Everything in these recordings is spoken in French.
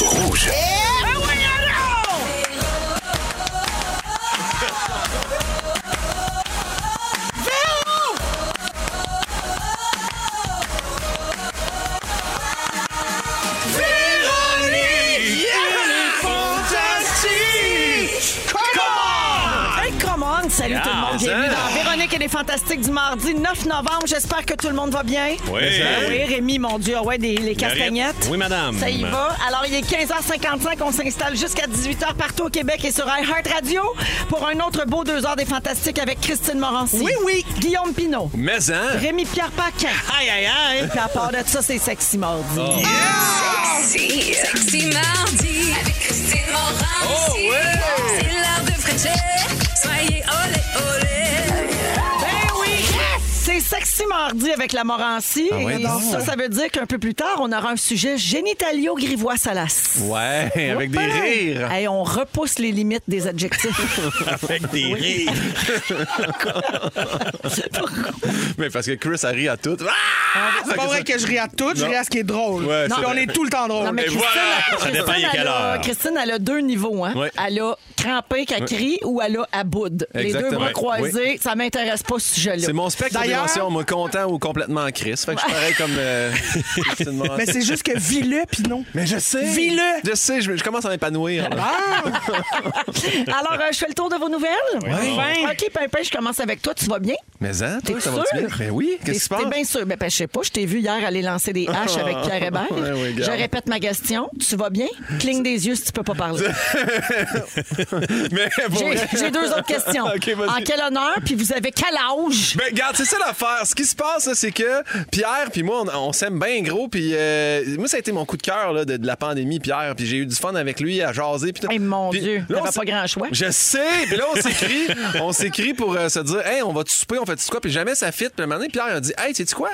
Rouge. Hey, come on! Salut Ah, tout le Ah, monde, bienvenue dans Véronique et les Fantastiques du mardi 9 novembre. J'espère que tout le monde va bien. Oui. Ben oui, Rémi, mon Dieu, ah ouais, des, les castagnettes. Oui, madame. Ça y va. Alors, il est 15h55, on s'installe jusqu'à 18h partout au Québec et sur iHeartRadio Radio pour un autre beau 2 heures des Fantastiques avec Christine Morancy. Oui, oui. Guillaume Pinault. Mais hein? Rémi Pierre Paquin. Aïe, aïe, aïe. Puis à part de ça, c'est sexy mardi. Oh. Sexy, sexy mardi avec Christine Morancy. Oh, ouais. C'est l'heure de Frencher. Soyez olé olé. Ben oui! C'est sexy mardi avec la Morancy. Ah ouais, Et donc. ça, ça veut dire qu'un peu plus tard, on aura un sujet génitalio grivois salas. Ouais, avec des Hoppa! rires. Hey, on repousse les limites des adjectifs. Avec des rires. Mais parce que Chris, elle rit à tout. Ah! C'est pas vrai que je ris à tout, je ris à ce qui est drôle. Ouais, Puis c'est on vrai. est tout le temps drôle. Non, mais Et Christine, voilà! Ça dépend il est Christine, quelle elle a- heure. Christine, elle a deux niveaux. Hein. Ouais. Elle a crampé qu'elle crie ou elle a à bout. Les deux Exactement. bras croisés, ça m'intéresse pas ce sujet-là. C'est mon spectre D'ailleurs- d'émotion, moi, content ou complètement Chris. Fait que je suis pareil comme euh, Christine Morancy. Mais c'est juste que vis-le, puis non. Mais je sais. Vis-le. Je sais, je, je commence à m'épanouir. là. Ah. Alors, euh, je fais le tour de vos nouvelles. Enfin. OK, Pimpin, je commence avec toi. Tu vas bien? Mais hein, toi, T'es ça va sûr? bien? Ben oui, qu'est-ce qui se passe? T'es bien sûr. Ben, ben, je sais pas, je t'ai vu hier aller lancer des haches avec Pierre Hébert. Ouais, ouais, je garde. répète ma question. Tu vas bien? Cligne des yeux si tu peux pas parler. Mais pour J'ai vrai- j'ai deux autres questions. OK, vas-y. en quel honneur, puis vous avez quel âge? Ben, regarde, c'est ça l'affaire. Ce qui se passe, là, c'est que Pierre puis moi, on, on s'aime bien gros. Puis euh, moi, ça a été mon coup de cœur là, de, de la pandémie, Pierre. Puis j'ai eu du fun avec lui à jaser. Puis tout. Hey, mon Puis Dieu, là, on t'avais s'est- pas grand choix. Je sais. Puis là, on s'écrit, on s'écrit pour euh, se dire, hey, on va te souper, on fait tu quoi. Puis jamais ça fit. Puis à un moment donné, Pierre il a dit, hey, sais tu quoi?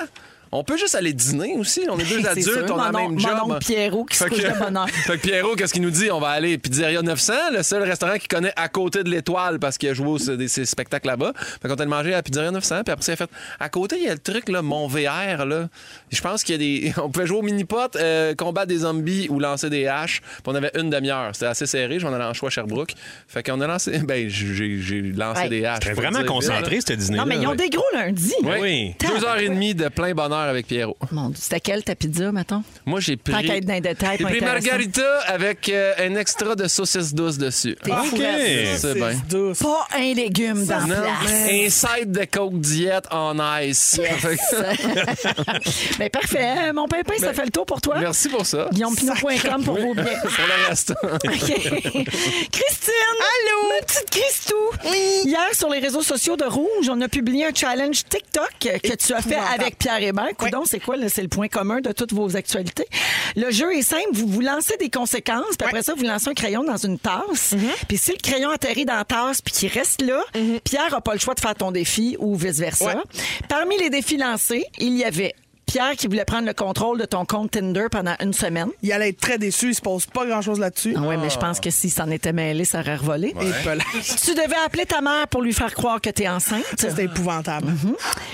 On peut juste aller dîner aussi. On est deux C'est adultes, sûr, on a le mon même oncle- job. mon oncle Pierrot qui se Fait couche que- de bonne heure. Fait que Pierrot, qu'est-ce qu'il nous dit? On va aller Pizzeria 900, le seul restaurant qu'il connaît à côté de l'Étoile parce qu'il a joué au- des- ses spectacles là-bas. Fait qu'on est allé manger à Pizzeria 900, puis après ça, il a fait à côté, il y a le truc, là, mon VR, là. Je pense qu'il y a des. On pouvait jouer au mini-pot, euh, combattre des zombies ou lancer des haches, puis on avait une demi-heure. C'était assez serré, j'en allais en choix à Sherbrooke. Fait qu'on a lancé. Ben, j'ai j'ai lancé Ouais. des haches. T'es faut vraiment le dire, concentré, là. ce dîner Non, mais ils ont des gros lundis. Oui. Oui. Deux heures et demie de plein bonheur avec Pierrot. Mon Dieu, c'était quelle ta pizza, mettons? Moi, j'ai pris. Tant qu'à être dans les détails, J'ai pas pris intéressant. margarita avec euh, un extra de saucisse douce dessus. T'es Ah, fou, OK. là. c'est bien. douce. Pas un légume dans Non, la place. mais- un side de coke diète en ice. Fait que- Ben, Mais parfait. Mon pimpin, ça fait le tour pour toi. Merci pour ça. GuillaumePinot.com pour vos billets. Pour le reste. OK. Christine! Allô! Ma petite Christou! Hier, sur les réseaux sociaux de Rouge, on a publié un challenge TikTok que tu as fait avec Pierre Hébert. Coudon, c'est quoi? là? C'est le point commun de toutes vos actualités. Le jeu est simple. Vous vous lancez des conséquences, puis après ça, vous lancez un crayon dans une tasse. Puis si le crayon atterrit dans la tasse puis qu'il reste là, Pierre n'a pas le choix de faire ton défi ou vice-versa. Parmi les défis lancés, il y avait... Pierre qui voulait prendre le contrôle de ton compte Tinder pendant une semaine. Il allait être très déçu, il se pose pas grand-chose là-dessus. Ah ouais, mais je pense que s'il s'en était mêlé, ça aurait revolé. Et pelasse. Tu devais appeler ta mère pour lui faire croire que t'es enceinte. C'était épouvantable.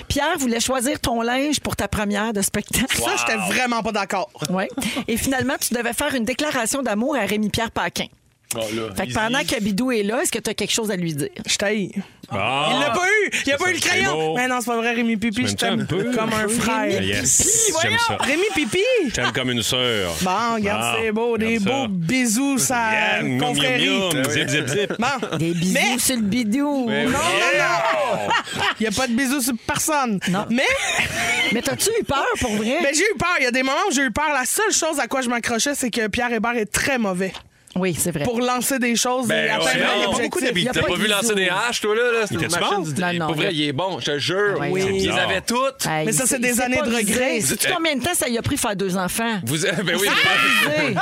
Pierre voulait choisir ton linge pour ta première de spectacle. Ça, j'étais vraiment pas d'accord. Ouais. Et finalement, tu devais faire une déclaration d'amour à Rémi-Pierre Paquin. fait que pendant que Bidou est là, est-ce que tu as quelque chose à lui dire? Je t'haïs. Ah! Il l'a pas eu! Il a Ça, pas eu le c'est crayon! beau. Mais non, c'est pas vrai, Rémi Pipi, je Tu m'aimes t'aime un peu? comme un frère. Ah, Yes, Pipi, j'aime ça. voyons. Rémi Pipi! J'aime comme une sœur. Bon, regarde, Ah, c'est beau, des regarde ça. beaux Ah bisous, ça. Yeah, miam, miam, confrérie. miam, zip, zip, zip. Bon. Des bisous Mais- sur le Bidou. Non, non, non. Il n'y a pas de bisous sur personne. Non. Mais, Mais t'as-tu eu peur pour vrai? Ben, mais j'ai eu peur. Il y a des moments où j'ai eu peur. La seule chose à quoi je m'accrochais, c'est que Pierre Hébert est très mauvais. Oui, c'est vrai. pour lancer des choses Ben, et atteindre ouais, l'objectif. non. Il y a beaucoup d'habitants. T'as Pas pas, de vu bisous. lancer des haches, toi, là? là? C'est Il une était-tu machine bon? du- Non, non, Pour vrai, il- il est bon, je te jure. Oui. Ils les Non. avaient toutes. Hey, Mais ça, c'est il des s'est années pas de visé. regret. Sais-tu combien de temps ça y a pris faire deux enfants? Ah! Vous, ben oui, Visé.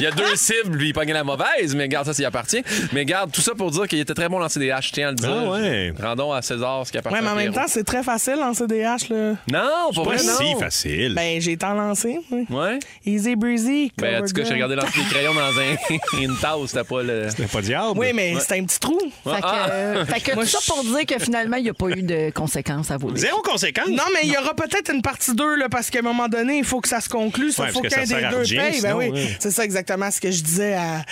il y a deux cibles, lui, il pognait la mauvaise, mais garde ça, ça y appartient. Mais garde tout ça pour dire qu'il était très bon lancer des haches, je tiens à le dire. Ah ouais. Rendons à César ce qui appartient Ouais, mais en à même Pierrot. temps, c'est très facile en CDH. Là. Non, pour Pas vrai, non. si facile. Ben, j'ai tant lancé. oui. Ouais. Easy breezy. Ben, en tout cas, j'ai Cover Girl. regardé lancer des crayons dans un, une tasse, t'as pas le. C'est pas diable. Oui, mais c'était un petit trou. Fait que, euh, fait que tout ça pour dire que finalement, il n'y a pas eu de conséquences à vous. Zéro conséquence. Non, mais il y aura peut-être une partie 2, là, parce qu'à un moment donné, il faut que ça se conclue. Il Ouais, faut parce que qu'un ça des sert à deux rien, paye. ben sinon, oui. ouais. C'est ça exactement ce que je disais à,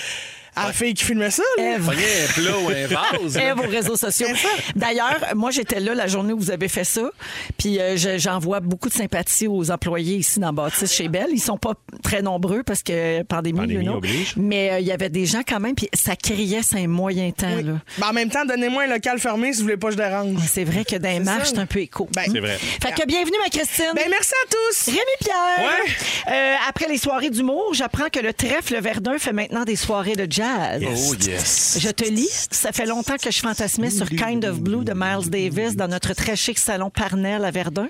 à la fille qui filmait ça. là. Ève. Pognait un plat ou un vase. là. Eh, vos réseaux sociaux. D'ailleurs, moi, j'étais là la journée où vous avez fait ça. Puis euh, je- j'envoie beaucoup de sympathie aux employés ici dans Baptiste chez Belle. Ils sont pas très nombreux parce que pandémie, Pandémie you know. oblige. Mais euh, il y avait des gens quand même, puis ça criait, c'est un moyen temps. Oui. là. Ben, en même temps, donnez-moi un local fermé si vous voulez pas que je dérange. Mais C'est vrai que dans les marches, ça. c'est un peu écho. Ben, C'est vrai. Fait que bienvenue, ma Christine. Ben, merci à tous. Rémi Pierre. Ouais. Euh, après les soirées d'humour, j'apprends que le trèfle Verdun fait maintenant des soirées de jazz. Oh, yes. Je te lis. Ça fait longtemps que je fantasmais sur Kind of Blue de Miles Davis dans notre très chic salon Parnell à Verdun.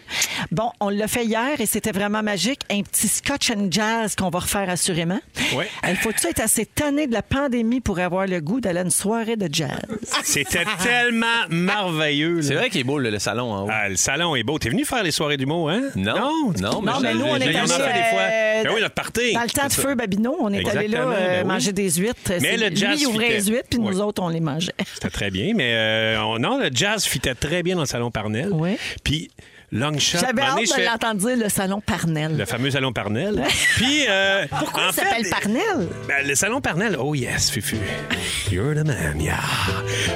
Bon, on l'a fait hier et c'était vraiment magique. Un petit scotch and jazz qu'on va refaire assurément. Ouais. Il faut-tu être assez tanné de la pandémie pour avoir le goût d'aller à une soirée de jazz? C'était tellement merveilleux. là. C'est vrai qu'il est beau, le, le salon en haut. Ah, le salon est beau. T'es venu faire les soirées du mot, hein? Non, non, mais, Non, je- mais nous, on je- est je- allés, on en fait des euh, fois. Ben oui, notre party. Dans le temps de C'est ça. feu Babino, on est allé là Exactement, euh, ben oui. manger des huîtres. Mais C'est- le jazz Lui, il ouvrait fitait. les huîtres, puis nous Ouais. autres, on les mangeait. C'était très bien, mais euh, on- non, le jazz fitait très bien dans le salon Parnell. Oui. Puis Long Shot, J'avais un hâte moment donné, de je fais l'entendre dire le salon Parnell. le fameux salon Parnell. Puis euh, Pourquoi en il s'appelle fait, Parnell? ben, le salon Parnell, oh yes, Fufu. You're the man, yeah.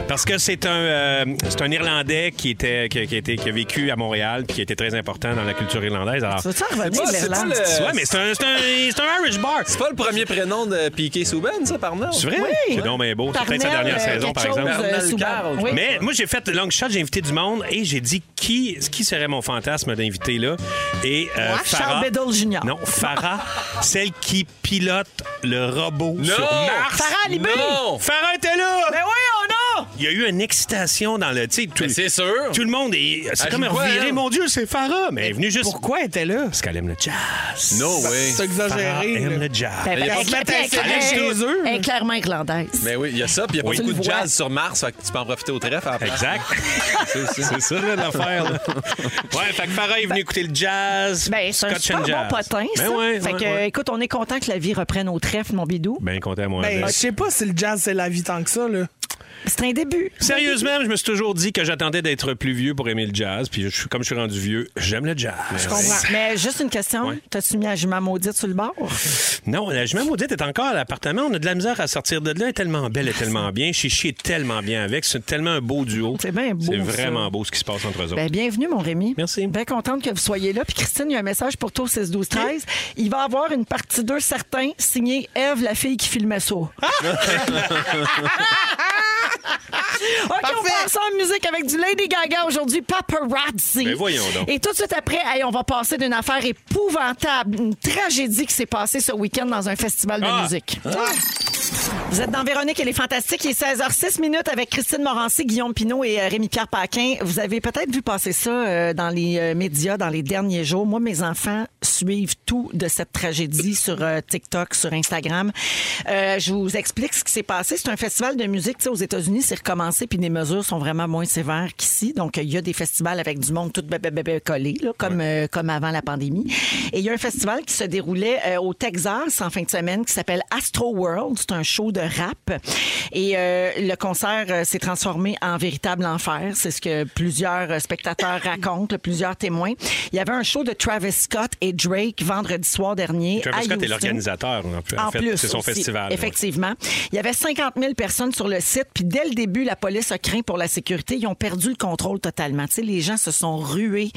Parce que c'est un, euh, c'est un Irlandais qui, était, qui, a- qui a été- qui a vécu à Montréal puis qui a été très important dans la culture irlandaise. Alors, Tu veux-tu en revenir, pas- c'est pas l'Irlande? le- ouais, mais c'est un, c'est un- c'est un Irish bar. C'est pas le premier prénom de Piqué Souben, ça, par Ben, C'est vrai? Oui. C'est donc bien beau. C'est peut-être sa Parnell, dernière euh, saison, quelque par chose, exemple. euh, Parnell sous- Carl, Oui. Mais moi, j'ai fait long shot, j'ai invité du monde et j'ai dit qui, qui serait mon fantasme d'inviter là. Et euh, Moi, Farah- Charles Biddle Jr. Non, Farah, celle qui pilote le robot sur Mars. Ah, Farah Alibé! Non! Farah était là! Ben oui, on a! Il y a eu une excitation dans le. Tu sais, tout, Mais c'est sûr. Ah, tout le monde est. C'est Elle comme joue quoi, reviré, elle? mon Dieu, c'est Farah! Mais elle est venue juste. Pourquoi elle était là? Parce qu'elle aime le jazz. No way. C'est Farah exagéré. aime là. le jazz. Ben, Il y a elle- pas de matin, elle- c'est elle- chez elle- eux. Elle est eh, clairement irlandaise. Mais Ben oui, il y a ça, puis il y a pas Oui. beaucoup de Tu le vois. jazz sur Mars, fait que tu peux en profiter au trèfle à la place. Exact. C'est aussi. C'est ça là, l'affaire. là. Ouais, fait que Farah est venue écouter le jazz. Ben, c'est un Scotch super and bon jazz. potin, Ben ça. ouais, fait ouais, que, ouais. écoute, on est content que la vie reprenne au trèfle, mon bidou. Ben content, moi. Ben, avec. je sais pas si le jazz, c'est la vie tant que ça. Là. C'est un début. Sérieusement, je me suis toujours dit que j'attendais d'être plus vieux pour aimer le jazz. Puis je suis, comme je suis rendu vieux, j'aime le jazz. comprends. Mais juste une question. Ouais. T'as-tu mis la jument maudite sur le bord? Non, la jumelle maudite est encore à l'appartement. On a de la misère à sortir de là. Elle est tellement belle, elle est tellement bien. Chichi est tellement bien avec. C'est tellement un beau duo. C'est bien beau, C'est ça. vraiment beau ce qui se passe entre eux autres. Ben, bienvenue, mon Rémi. Merci. Bien contente que vous soyez là. Puis, Christine, il y a un message pour toi au 6 12 13 Il va y avoir une partie 2 certain signée Eve, la fille qui filmait ça. OK, on passe en musique avec du Lady Gaga aujourd'hui, Paparazzi. Ben, voyons donc. Et tout de suite après, hey, on va passer d'une affaire épouvantable, une tragédie qui s'est passée ce week-end dans un festival de Ah! musique. Vous êtes dans Véronique et les Fantastiques. Il est 16h06 minutes avec Christine Morancy, Guillaume Pinot et Rémi-Pierre Paquin. Vous avez peut-être vu passer ça euh, dans les euh, médias dans les derniers jours. Moi, mes enfants suivent tout de cette tragédie sur euh, TikTok, sur Instagram. Euh, je vous explique ce qui s'est passé. C'est un festival de musique. Tu sais, aux États-Unis, c'est recommencé, puis les mesures sont vraiment moins sévères qu'ici. Donc, euh, il y a des festivals avec du monde tout bébé, bébé collé, là, comme, euh, comme avant la pandémie. Et il y a un festival qui se déroulait euh, au Texas en fin de semaine qui s'appelle Astro World. C'est un show de rap. Et euh, le concert euh, s'est transformé en véritable enfer. C'est ce que plusieurs euh, spectateurs racontent, plusieurs témoins. Il y avait un show de Travis Scott et Drake vendredi soir dernier. à Travis Scott est Houston. l'organisateur. En fait, hein. En plus, c'est son aussi, festival. Effectivement. Il y avait 50 000 personnes sur le site, puis dès le début, la police a craint pour la sécurité. Ils ont perdu le contrôle totalement. Tu sais, les gens se sont rués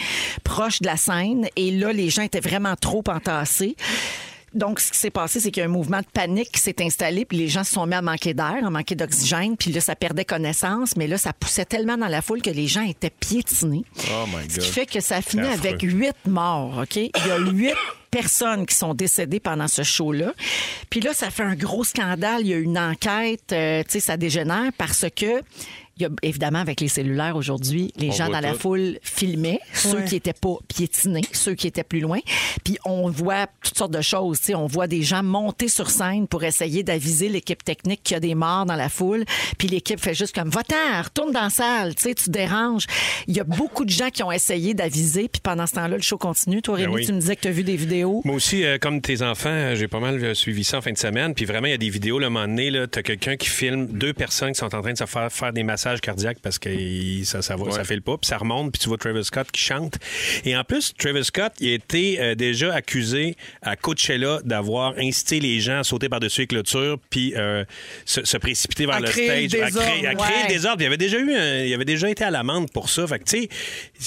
proches de la scène, et là, les gens étaient vraiment trop entassés. Donc, ce qui s'est passé, c'est qu'il y a un mouvement de panique qui s'est installé, puis les gens se sont mis à manquer d'air, à manquer d'oxygène, puis là, ça perdait connaissance, mais là, ça poussait tellement dans la foule que les gens étaient piétinés. Oh my Ce qui God. fait que ça finit affreux. avec huit morts, OK? Il y a huit personnes qui sont décédées pendant ce show-là. Puis là, ça fait un gros scandale. Il y a une enquête. euh, tu sais, ça dégénère parce que. il y a- évidemment, avec les cellulaires aujourd'hui, les On gens voit dans la tout. foule filmaient, ceux qui n'étaient pas piétinés, ceux qui étaient plus loin. Puis on voit toutes sortes de choses. tu sais. On voit des gens monter sur scène pour essayer d'aviser l'équipe technique qu'il y a des morts dans la foule. Puis l'équipe fait juste comme Va-t'en, retourne dans la salle, tu sais, tu déranges. Il y a beaucoup de gens qui ont essayé d'aviser. Puis pendant ce temps-là, le show continue. Toi, Ben Rémi, oui. tu me disais que tu as vu des vidéos. Moi aussi, euh, comme tes enfants, euh, j'ai pas mal euh, suivi ça en fin de semaine. Puis vraiment, il y a des vidéos, le moment donné, là, t'as quelqu'un qui filme deux personnes qui sont en train de se faire faire des massages cardiaques parce que il- ça, ça, va, ça fait le pas, puis ça remonte, puis tu vois Travis Scott qui chante. Et en plus, Travis Scott, il a été euh, déjà accusé à Coachella d'avoir incité les gens à sauter par-dessus les clôtures, puis euh, se, se précipiter vers À le créer le stage, à créer, à désordre, créer ouais. le désordre. Puis Il avait déjà eu, un- il avait déjà été à l'amende pour ça. Fait que tu sais,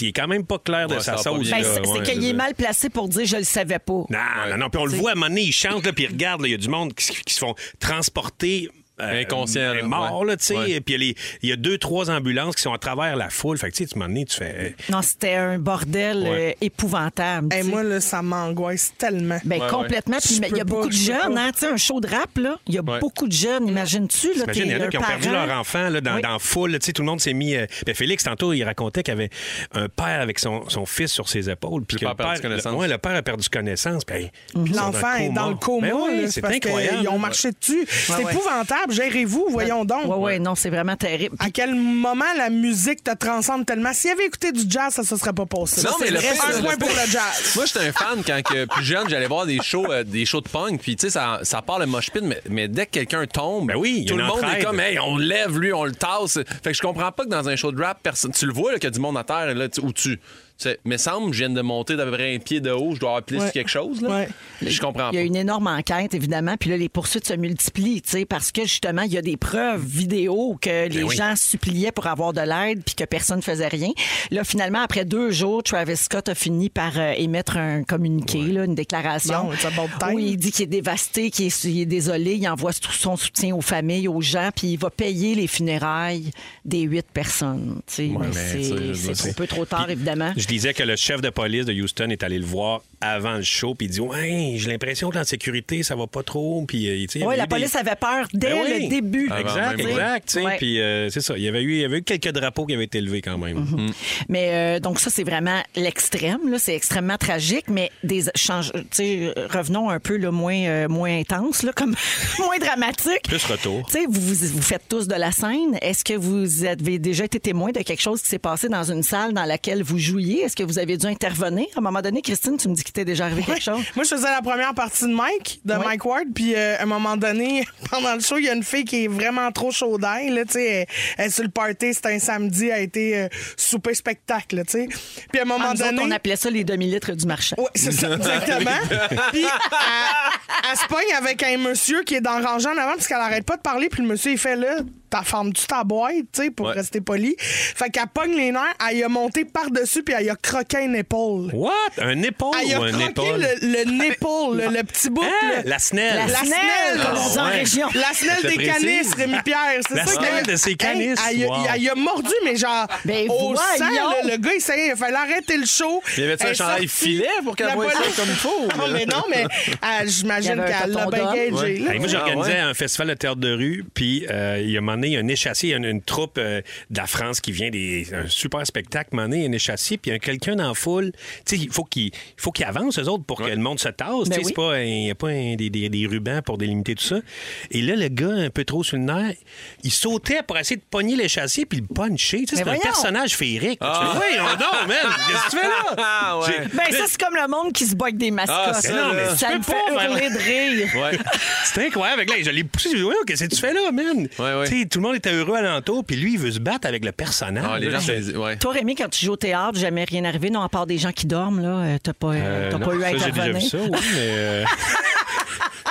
il est quand même pas clair de Ouais, sa ça va pas sauce. bien. Ben, là. c'est Ouais, c'est qu'il c'est est ça. mal placé pour dire je le savais pas. Non, non, non. Puis on le voit à un moment donné, il chante, là, puis il regarde, là, il y a du monde qui, qui se font transporter. euh, Inconscient, là, mort, ouais. là, tu sais. Ouais. Et Puis il y a les- il y, a deux, trois ambulances qui sont à travers la foule. Fait que, tu sais, tu m'en tu fais. Non, c'était un bordel Ouais. euh, épouvantable. Hey, tu sais. moi, là, ça m'angoisse tellement. Ben, Ouais, complètement. Puis, Je mais il y a peux pas, beaucoup de je peux jeunes, pas. hein, tu sais, un show de rap, là. Il y a Ouais. beaucoup de jeunes, imagines-tu, là. Imagine, il y en t'es a un qui ont perdu parent. leur enfant là, dans, Oui. dans la foule. là, tu sais, tout le monde s'est mis. euh, ben, Félix, tantôt, il racontait qu'il y avait un père avec son, son fils sur ses épaules. Puis Le que père a perdu le- connaissance. ouais, le père a perdu connaissance. puis, hey, puis ils sont dans L'enfant est dans le coma. Ben oui, là, c'est parce que incroyable. Ils ont marché dessus. c'est ouais. épouvantable. Gérez-vous, voyons donc. Ouais, ouais, non, c'est vraiment terrible. À quel moment la musique te transcende tellement? S'il avait écouté du jazz, ça se serait pas passé. Non, mais le pire, Un le point pire- pour le jazz. Moi, j'étais un fan quand que, plus jeune, j'allais voir des shows, euh, des shows de punk, puis tu sais, ça, ça part le mosh pit, mais, mais dès que quelqu'un tombe, Ben oui, il y a tout le une monde entraide. est comme, hey, on le lève lui, on le tasse. Fait que je comprends pas que dans un show de rap, personne, tu le vois là, qu'il y a du monde à terre, là, tu- où tu. Tu sais, me semble, je viens de monter d'à peu près un pied de haut, je dois avoir plus Ouais. quelque chose. Là. Ouais. Je Ah. comprends Il y pas. a une énorme enquête, évidemment, puis là, les poursuites se multiplient, tu sais, parce que justement, il y a des preuves vidéo que les Ben oui. gens suppliaient pour avoir de l'aide, puis que personne ne faisait rien. Là, finalement, après deux jours, Travis Scott a fini par euh, émettre un communiqué, là, une déclaration. Bon, it's about time. où il dit qu'il est dévasté, qu'il est, il est désolé, il envoie tout son soutien aux familles, aux gens, puis il va payer les funérailles des huit personnes. tu sais. Mais mais tu sais, je veux c'est- dire, c'est c'est- un peu trop tard, Puis, évidemment. Je disais que le chef de police de Houston est allé le voir avant le show, puis il dit Ouais, j'ai l'impression que la sécurité, ça va pas trop. Puis, euh, tu sais, il y Ouais, avait la eu des- police avait peur dès Ben le oui. début. Avant Exact, même, exact. tu sais, Ouais. Puis euh, c'est ça. Il y, avait eu, il y avait eu quelques drapeaux qui avaient été élevés quand même. Mais euh, donc ça, c'est vraiment l'extrême. là. C'est extrêmement tragique, mais des change... tu sais, revenons un peu le moins, euh, moins intense, là, comme moins dramatique. Plus retour. Tu sais, vous, vous vous faites tous de la scène. Est-ce que vous avez déjà été témoin de quelque chose qui s'est passé dans une salle dans laquelle vous jouiez? Est-ce que vous avez dû intervenir? À un moment donné, Christine, tu me dis qu'il t'est déjà arrivé quelque chose. Moi, je faisais la première partie de Mike, de Ouais. Mike Ward, puis euh, à un moment donné, pendant le show, il y a une fille qui est vraiment trop chaude d'ail, là, tu sais, elle, elle est sur le party, c'était un samedi, elle a été euh, souper spectacle, là, tu sais. Puis à un moment Ah, nous autres, donné... on appelait ça les demi-litres du marchand. Oui, c'est ça, exactement. Puis elle, elle se pogne avec un monsieur qui est dans le rangé en avant parce qu'elle arrête pas de parler. Puis le monsieur, il fait là, t'as fermes-tu ta boîte, tu sais, pour Ouais. rester poli. Fait qu'elle pogne les nerfs, elle y a monté par-dessus, puis elle y a croqué une épaule. What? Un épaule Elle y Ah, a ou un croqué épaule? le, le nipple, le, le petit bout. Hein? là. La snelle. La, La snelle, snelle, Ah, comme on dit en ouais. région. La snelle Je des te précise. canisses, Rémi-Pierre. C'est La ça snelle que- de ses Hey, canisses. elle, y a- Wow. elle y a mordu, mais genre, Ben au voyons. sang, là, le gars, il s'est il fallait arrêter le show. Il y avait-tu Elle un est chandail sortie. filet pour qu'elle La voie ça police- comme il faut, Non, là? mais non, mais euh, j'imagine Il y avait un qu'elle l'a carton bien d'homme. gagé, là. Hey, moi, Ah, j'organisais ouais? un festival de théâtre de rue, puis euh, il y a un moment donné, il y a un échassier, il y a une, une troupe euh, de la France qui vient, des, un super spectacle. Un moment donné, il y a un échassier, puis il y a quelqu'un dans la foule. Tu sais, il faut qu'il il faut qu'ils avancent, eux autres, pour que le monde se tasse. Tu sais, Ben oui. c'est pas un- Il n'y a pas un- des, des- des rubans pour délimiter tout ça. Et là, le gars, un peu trop sur le nerf, il sautait pour essayer de pogner l'échassier, puis le puncher. Mais Tu sais, c'est un voyons. personnage féerique. Ah. Tu fais, Voyons donc, man, qu'est-ce que tu fais là? Ah, ouais. J'ai- Ben ça, c'est comme le monde qui se bat avec des mascottes. Ah, ça, Ça, là. Mais tu peux me fait pas faire- hurler de rire. Ouais. C'était incroyable. Là, je l'ai poussé. Je lui ai dit, Voyons, qu'est-ce que tu fais là, man? Ouais, ouais. Tu sais, Tout le monde était heureux alentour, puis lui, il veut se battre avec le personnage. Ah, les gens, Là, c'est- ouais. Toi, Rémi, quand tu joues au théâtre, jamais rien arrivé, non, à part des gens qui dorment, là, euh, t'as pas, euh, Euh, t'as non, pas eu à ça, J'ai déjà vu intervenir. ça, oui, mais. euh,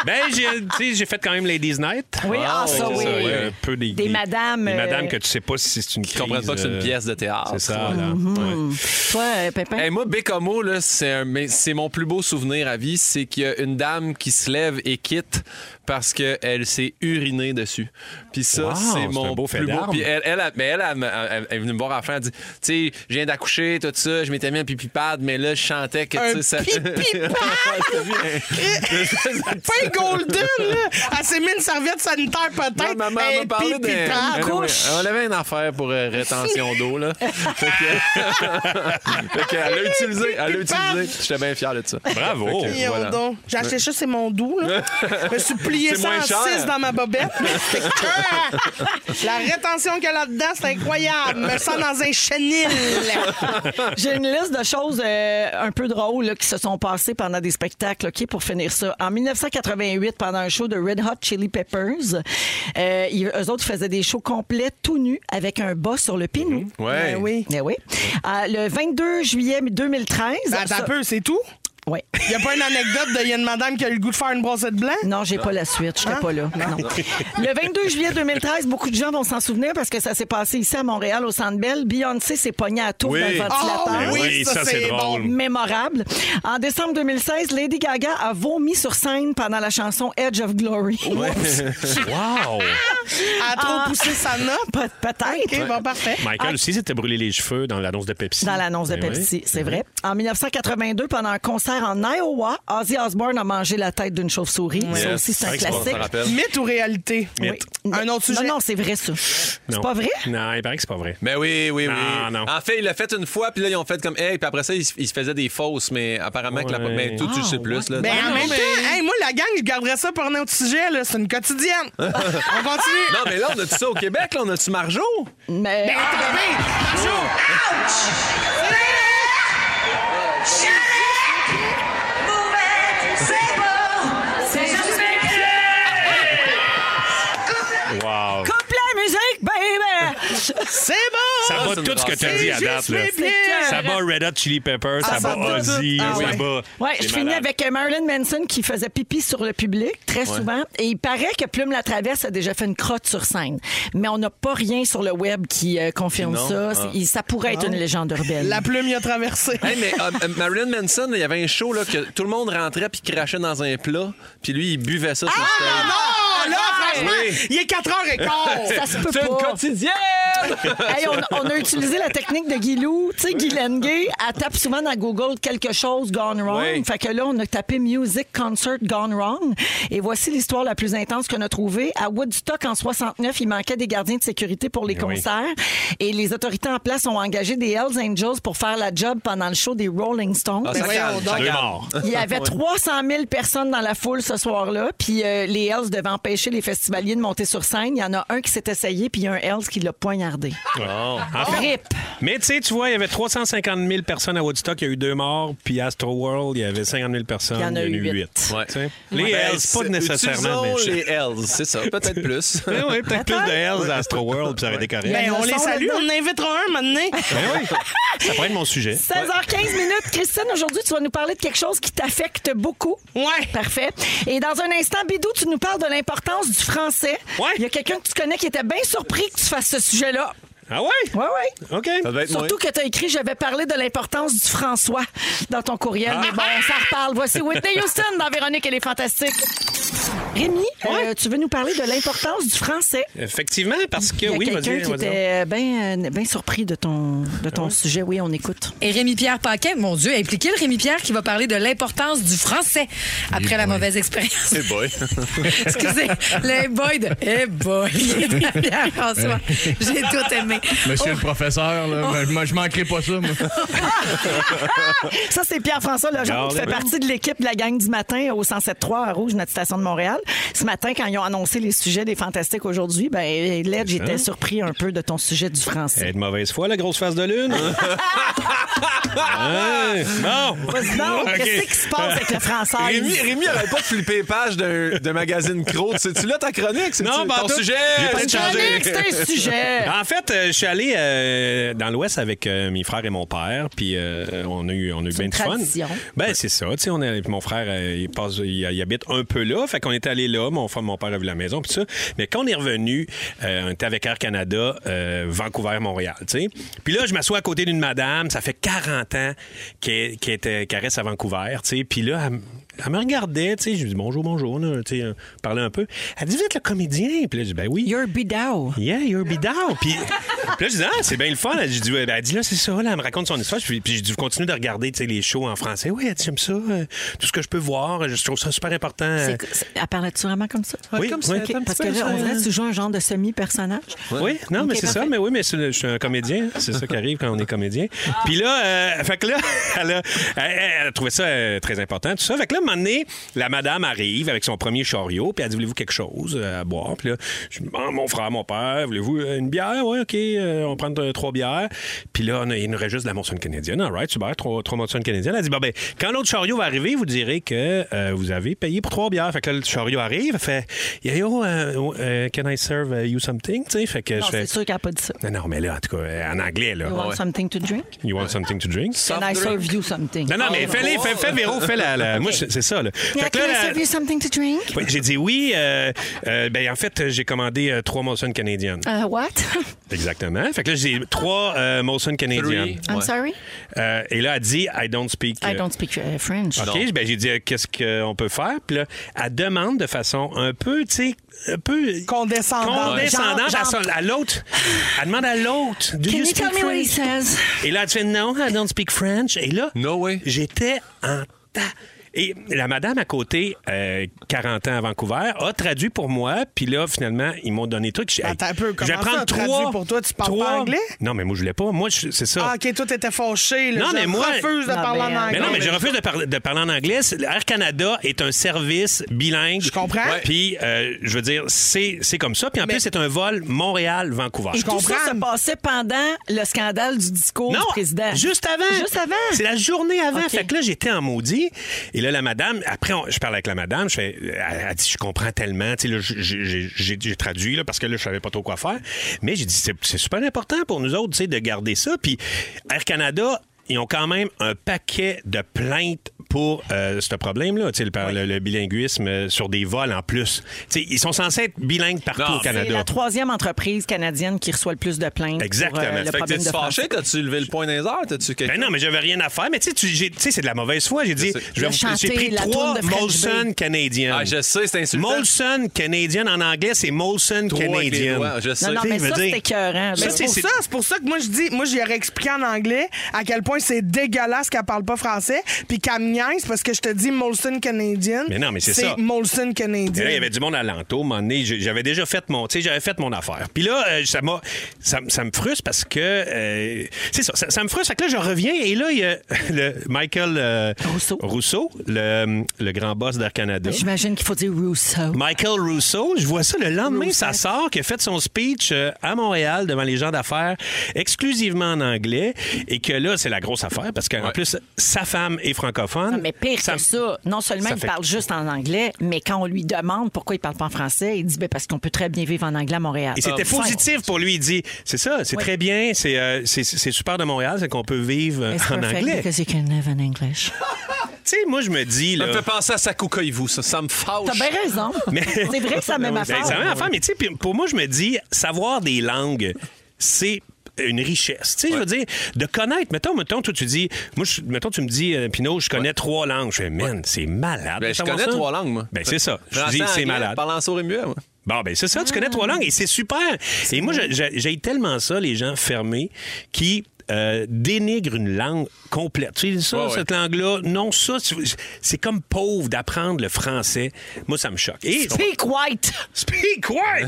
ben, j'ai tu sais, j'ai fait quand même Ladies Night. Oui, ah, Ah, Fait que ça, c'est oui. ça, il y a un peu des, Des madames, Des euh, madames que tu sais pas si c'est une euh, Ils comprennent pas que c'est une pièce de théâtre. C'est ça, là. Ouais. Toi, euh, Hein? Pépin? Hey, moi, Bécamo, là, c'est un- mais c'est mon plus beau souvenir à vie. C'est qu'il y a une dame qui se lève et quitte parce qu'elle s'est urinée dessus. Puis ça, Wow, c'est c'est mon un beau fait plus beau. d'armes. Puis elle, elle, elle- mais elle, elle, elle- elle- elle est venue me voir à la fin, elle dit, tu sais, je viens d'accoucher, tout ça, je m'étais mis un pipipad, mais là, je chantais que, Un tu sais, ça... Pas Golden, là. Elle s'est mis une serviette sanitaire, peut-être. Non, maman Elle m'a parlé pipi de- pâle. Ben non, mais On avait une affaire pour euh, rétention d'eau, là. fait que... fait qu'elle l'a utilisé, elle l'a utilisé. J'étais bien fier de ça. Bravo! Fait que, Voyons voilà. donc. J'ai acheté ça, c'est mon doux. Là. Je me suis plié C'est moins 106 cher. dans ma bobette. C'était que- La rétention qu'il y a là-dedans, c'est incroyable. Je me sens dans un chenil. J'ai une liste de choses euh, un peu drôles là, qui se sont passées pendant des spectacles, OK, pour finir ça. En 1988, pendant un show de Red Hot Chili Peppers, euh, ils- eux autres faisaient des shows complets tout nus avec un bas sur le pinou. Mhm, Ouais. Ben oui. Mais oui. Euh, le 22 juillet 2013. Ben, Attends ça- un peu, c'est tout? Ouais. Il a pas une anecdote de y a une madame qui a le goût de faire une brossette blanc? Non, j'ai pas la suite. J'étais pas là. Ah. Non. Le 22 juillet 2013, beaucoup de gens vont s'en souvenir parce que ça s'est passé ici à Montréal, au Centre Bell. Beyoncé s'est pognée à tour Oui. dans le ventilateur. Ah Ben oui, ça, c'est drôle. mémorable. En décembre 2016, Lady Gaga a vomi sur scène pendant la chanson Edge of Glory. Wow! Elle a trop poussé sa note. Pe- Peut-être. OK, bon, parfait. Michael aussi s'était brûlé les cheveux dans l'annonce de Pepsi. Ah. Dans l'annonce de Ben oui. Pepsi, c'est vrai. En 1982, pendant un concert en Iowa, Ozzy Osbourne a mangé la tête d'une chauve-souris. Ça Yes. aussi, c'est un Vrai que c'est bon, classique. ça rappelle. Mythe ou réalité? Oui. Mythe. Un autre sujet. Non, non, c'est vrai, ça. C'est Non. pas vrai? Non, il paraît que c'est pas vrai. Ben oui, oui, oui. Non, non. En fait, il l'a fait une fois, puis là, ils ont fait comme, hey, puis après ça, ils, se- ils se faisaient des fausses, mais apparemment, que la, Ouais. ben, tout, tu le sais Ah, plus. Là, Ben, Non, en même mais- temps, hey, moi, la gang, je garderais ça pour un autre sujet. là. C'est une quotidienne. On continue. Non, mais là, on a-tu ça au Québec? Là, on a-tu Marjo? Mais Ben, t'as bien. Marjo! Wow! coupe la musique, baby! C'est bon! Ça Ah, bat c'est tout une ce que race. tu as dit à C'est date. juste Là. mes pieds. Ça bat Red Hot Chili Peppers, Ah, ça ça bat bat tout. Ozzy, Ah, ça ouais. bat... Ouais, C'est je finis malade. avec euh, Marilyn Manson qui faisait pipi sur le public très souvent. Et il paraît que Plume la Traverse a déjà fait une crotte sur scène. Mais on n'a pas rien sur le web qui euh, confirme Non. ça. C'est- il- Ça pourrait être une légende urbaine. La plume y a traversé. Hey, mais euh, euh, Marilyn Manson, il y avait un show là, que tout le monde rentrait puis crachait dans un plat, puis lui, il buvait ça sur le stage. Ah, Non, Ah, là, franchement, Oui. il est 4h15. Ça se peut C'est une pas. quotidienne! Hey, on, on a utilisé la technique de Guilou. Tu sais, Guy Lenguet, elle tape souvent dans Google quelque chose gone wrong. Oui. Fait que là, on a tapé Music Concert Gone Wrong. Et voici l'histoire la plus intense qu'on a trouvée. À Woodstock, en 69, il manquait des gardiens de sécurité pour les oui. concerts. Et les autorités en place ont engagé des Hells Angels pour faire la job pendant le show des Rolling Stones. Ah, ça voyons calme, donc. ça Deux calme. morts. Il y avait 300 000 personnes dans la foule ce soir-là, puis euh, les Hells devaient empêcher les festivaliers de monter sur scène. Il y en a un qui s'est essayé, puis il y a un Hells qui l'a poignardé. Ah. En fait, Rip. Mais tu sais, tu vois, il y avait 350 000 personnes à Woodstock, il y a eu deux morts, puis à Astro World, il y avait 50 000 personnes, Il y en a eu eu huit. huit. Ouais. Tu sais, Les Ben, Hells, c'est- pas nécessairement, mais... utilisons je- les Hells, c'est ça, peut-être plus. Ouais, ouais, peut-être plus de Hells à Astro World, puis ça aurait été correct. Ben, on leçon les salue, là-dedans. on en invitera un maintenant. Ben oui. Ça pourrait être mon sujet. 16h15 minutes. Christine, aujourd'hui, tu vas nous parler de quelque chose qui t'affecte beaucoup. Ouais. Parfait. Et dans un instant, Bidou, tu nous parles de l'importance du français. Ouais. Il y a quelqu'un que tu connais qui était bien surpris que tu fasses ce sujet-là. Ah ouais? Oui, oui. OK. Ça devait être moi. Surtout que tu as écrit J'avais parlé de l'importance du François dans ton courriel. Mais bon, on s'en reparle. Voici Whitney Houston dans Véronique, elle est fantastique. Rémi, euh, tu veux nous parler de l'importance du français? Effectivement, parce que Il y a oui, quelqu'un vas-y, qui vas-y. était bien surpris de ton, de ton sujet. Oui, on écoute. Et Rémi-Pierre Paquet, mon Dieu, impliqué le Rémi-Pierre qui va parler de l'importance du français après la mauvaise expérience. C'est boy. Excusez, les boys de... Eh boy, de Pierre-François. J'ai tout aimé. Monsieur le professeur, Oh. là, ben, moi, je manquerai pas ça. Moi. Ça, c'est Pierre-François Lejeune qui fait Gardez-le. partie de l'équipe de la gang du matin au 107.3 à Rouge, notre station de Montréal. Ce matin, quand ils ont annoncé les sujets des Fantastiques aujourd'hui, ben, Led, j'étais surpris un peu de ton sujet du français. Elle est de mauvaise foi, la grosse face de lune. Hein? Bon. Vas-y donc, Ok. qu'est-ce qui se passe avec le français? Ah, Rémi, Rémi arrête pas de flipper les pages d'un d'un magazine Crow. C'est-tu là ta chronique? C'est-tu Non, pas en ton tout. sujet? J'ai pas C'est de changé. chronique, C'est un sujet. En fait, euh, je suis allé euh, dans l'Ouest avec euh, mes frères et mon père, puis euh, on a eu, on a eu bien une du fun. tradition. Ben c'est ça, tu sais, on est- mon frère euh, il, passe, il, il habite un peu là, fait qu'on était allé là. Mon, frère- mon père a vu la maison, puis tout ça. Mais quand on est revenu, euh, on était avec Air Canada, euh, Vancouver, Montréal, tu sais. Puis là, je m'assois à côté d'une madame, ça fait 40 ans qu'elle qu'elle était- qu'elle reste à Vancouver, tu sais. Puis là, elle, m- elle me regardait, tu sais. Je lui dis bonjour, bonjour, là, tu sais, euh, parlait un peu. Elle dit, vous êtes le comédien? Puis là, je dis, ben Oh, oui. You're bidao. Yeah, you're bidard. Puis, puis là, je dis, ah, c'est bien le fun. Elle, je dis, Ouais, ben, elle dit, là, c'est ça, là, elle me raconte son histoire. Puis, puis je dis, vous continuez de regarder tu sais, les shows en français. Oui, elle dit, j'aime ça. euh, tout ce que je peux voir, je trouve ça super important. Euh, C'est- c'est- Elle parlait-tu vraiment comme ça? Oui, comme ça, Ok, un petit Parce peu que là, ça. on dirait que tu joues un genre de semi-personnage. Oui, non, mais Ok, c'est ça. parfait. Mais oui, mais c'est le- je suis un comédien. hein. C'est ça qui arrive quand on est comédien. Puis là, euh, fait que là, elle a, elle- elle a trouvé ça euh, très important, tout ça. Fait que là, un moment donné, la madame arrive avec son premier chariot, puis elle dit Voulez-vous quelque chose euh, à boire Puis là, je dis Ah, Mon frère, mon père, voulez-vous une bière Oui, OK, euh, on prend euh, trois bières. Puis là, on a- il nous reste juste de la montagne canadienne. All right, super, trois, trois montagne canadienne. Elle dit Bon, ben, quand l'autre chariot va arriver, vous direz que euh, vous avez payé pour trois bières. Fait que là, le chariot arrive, elle fait Yo, yo, euh, euh, can I serve euh, you something Tu sais, fait que Non, je fais. c'est sûr qu'elle n'a pas dit ça. Non, non, mais là, en tout cas, euh, en anglais, là. You want something to drink? You want something to drink? Can I serve you something? Non, non, mais Oh. fais-les, fais, fais Véro, fais la. la- Moi, je- c'est ça, là. Yeah, Fait que can là, I la- serve you something to drink? Oui, j'ai dit oui. euh, euh, ben, en fait, j'ai commandé euh, trois Molson canadiennes. Uh, what? Exactement. Fait que là, j'ai trois euh, Molson canadiennes. I'm sorry? Euh, et là, elle dit I don't speak. I euh, don't speak uh, French. OK, ben j'ai dit euh, qu'est-ce qu'on peut faire. Puis là, elle demande de façon un peu, tu sais, un peu Condescendant. condescendante à Genre- son- à l'autre. Elle demande à l'autre. Do Can you you speak tell me what he French? says? Et là, elle fait non, I don't speak French. Et là, No way. j'étais en ta... Et la madame à côté, euh, 40 ans à Vancouver, a traduit pour moi. Puis là, finalement, ils m'ont donné le truc. J'ai- Attends un peu, je vais comment ça, prendre traduit trois. pour toi? Tu parles pas trois- anglais? Non, mais moi, je voulais pas. Moi, je- c'est ça. Ah, OK, toi, t'étais fâché. là. Non, Je mais moi- refuse de Non, parler mais- en anglais. Mais non, mais je refuse de, par- de parler en anglais. C'est- Air Canada est un service bilingue. Je comprends. Ouais. Puis, euh, je veux dire, c'est c'est comme ça. Puis en plus, c'est un vol Montréal-Vancouver. Et tout ça se comprends. passait pendant le scandale du discours Non, du président. juste avant. Juste avant. C'est la journée avant. OK. Fait que là, j'étais en maudit. Et là, la madame, après, on- je parle avec la madame, je fais, elle, elle dit, je comprends tellement. Tu sais, là, j'ai- j'ai j'ai- j'ai traduit, là, parce que là, je savais pas trop quoi faire. Mais j'ai dit, c'est c'est super important pour nous autres, tu sais, de garder ça. Puis Air Canada, ils ont quand même un paquet de plaintes pour euh, ce problème-là, tu sais, le, par- le- le bilinguisme euh, sur des vols en plus. Tu sais, ils sont censés être bilingues partout Non, au mais- C'est Canada. la troisième entreprise canadienne qui reçoit le plus de plaintes Exactement. pour euh, le Fait que Fait que problème de t'es-tu France. fâché? T'as-tu levé le poing des airs? T'as-tu Ben quelqu'un? non, mais j'avais rien à faire. Mais tu sais, tu- j'ai- tu sais, c'est de la mauvaise foi. J'ai dit, sais. je vais De vous- chanter j'ai pris la trois tourne de French Molson Bay. canadiennes. Ah, je sais, c'est insultant. Molson canadienne en anglais, c'est Molson Trois avec les canadienne. doigts, Je sais. Non, non, Tu sais, mais je veux ça, dire- c'est écœurant. Ça, là. c'est- Eh, C'est pour ça, c'est pour ça que moi je dis, moi j'y aurais expliqué en anglais à quel point c'est dégueulasse qu'elle parle pas français, puis qu'elle me niaise parce que je te dis Molson Canadian. Mais non, mais c'est ça. C'est Molson Et Canadian. là, il y avait du monde alentour. À un moment donné, j- j'avais déjà fait mon, tu sais, j'avais fait mon affaire. Puis là, euh, ça m'a, ça, m- ça me frustre parce que, euh, c'est ça, ça, ça me frustre. Fait que là, je reviens et là, il y a le Michael euh, Rousseau. Ben, le, le grand boss d'Air Canada. J'imagine qu'il faut dire Rousseau. Michael Rousseau, je vois ça le lendemain, ça sort, qui a fait son speech euh, à Montréal devant les gens d'affaires exclusivement en anglais et que là, c'est la grosse affaire parce qu'en Ouais. plus, sa femme est francophone. Non, Ah, mais pire Ça- que ça, non seulement ça il fait- parle juste en anglais, mais quand on lui demande pourquoi il parle pas en français, il dit ben, parce qu'on peut très bien vivre en anglais à Montréal. Ah, Et c'était Enfin, positif pour lui. Il dit, c'est ça, c'est Oui. très bien, c'est euh, c'est- c'est super de Montréal, c'est qu'on peut vivre euh, It's en perfect anglais. Tu because you can live in English. sais, moi, je me dis, Ça me là, fait penser à Sakoukaï, vous, ça. Ça me fâche. T'as bien raison. Mais- C'est vrai que ça m'a Ben, c'est la même affaire, mais tu sais, puis pour moi, je me dis, savoir des langues, c'est une richesse. Tu sais, je veux dire, de connaître, mettons, mettons, toi, tu dis, moi, je- mettons, tu me dis, euh, Pinot, je connais trois langues. Je fais, man, c'est malade. Ben, de je savoir connais ça. trois langues, moi. Ben, c'est ça. Je dis, Français, c'est anglais, malade. Parlant sourd et muet, moi. Bon, ben c'est ça, tu connais trois langues et c'est super. Et moi, je- je- j'ai tellement ça, les gens fermés qui euh, dénigrent une langue complète. Tu sais, ça, Ouais, ouais. cette langue-là, non, ça, tu- c'est comme pauvre d'apprendre le français. Moi, ça me choque. Et, Speak white. speak white!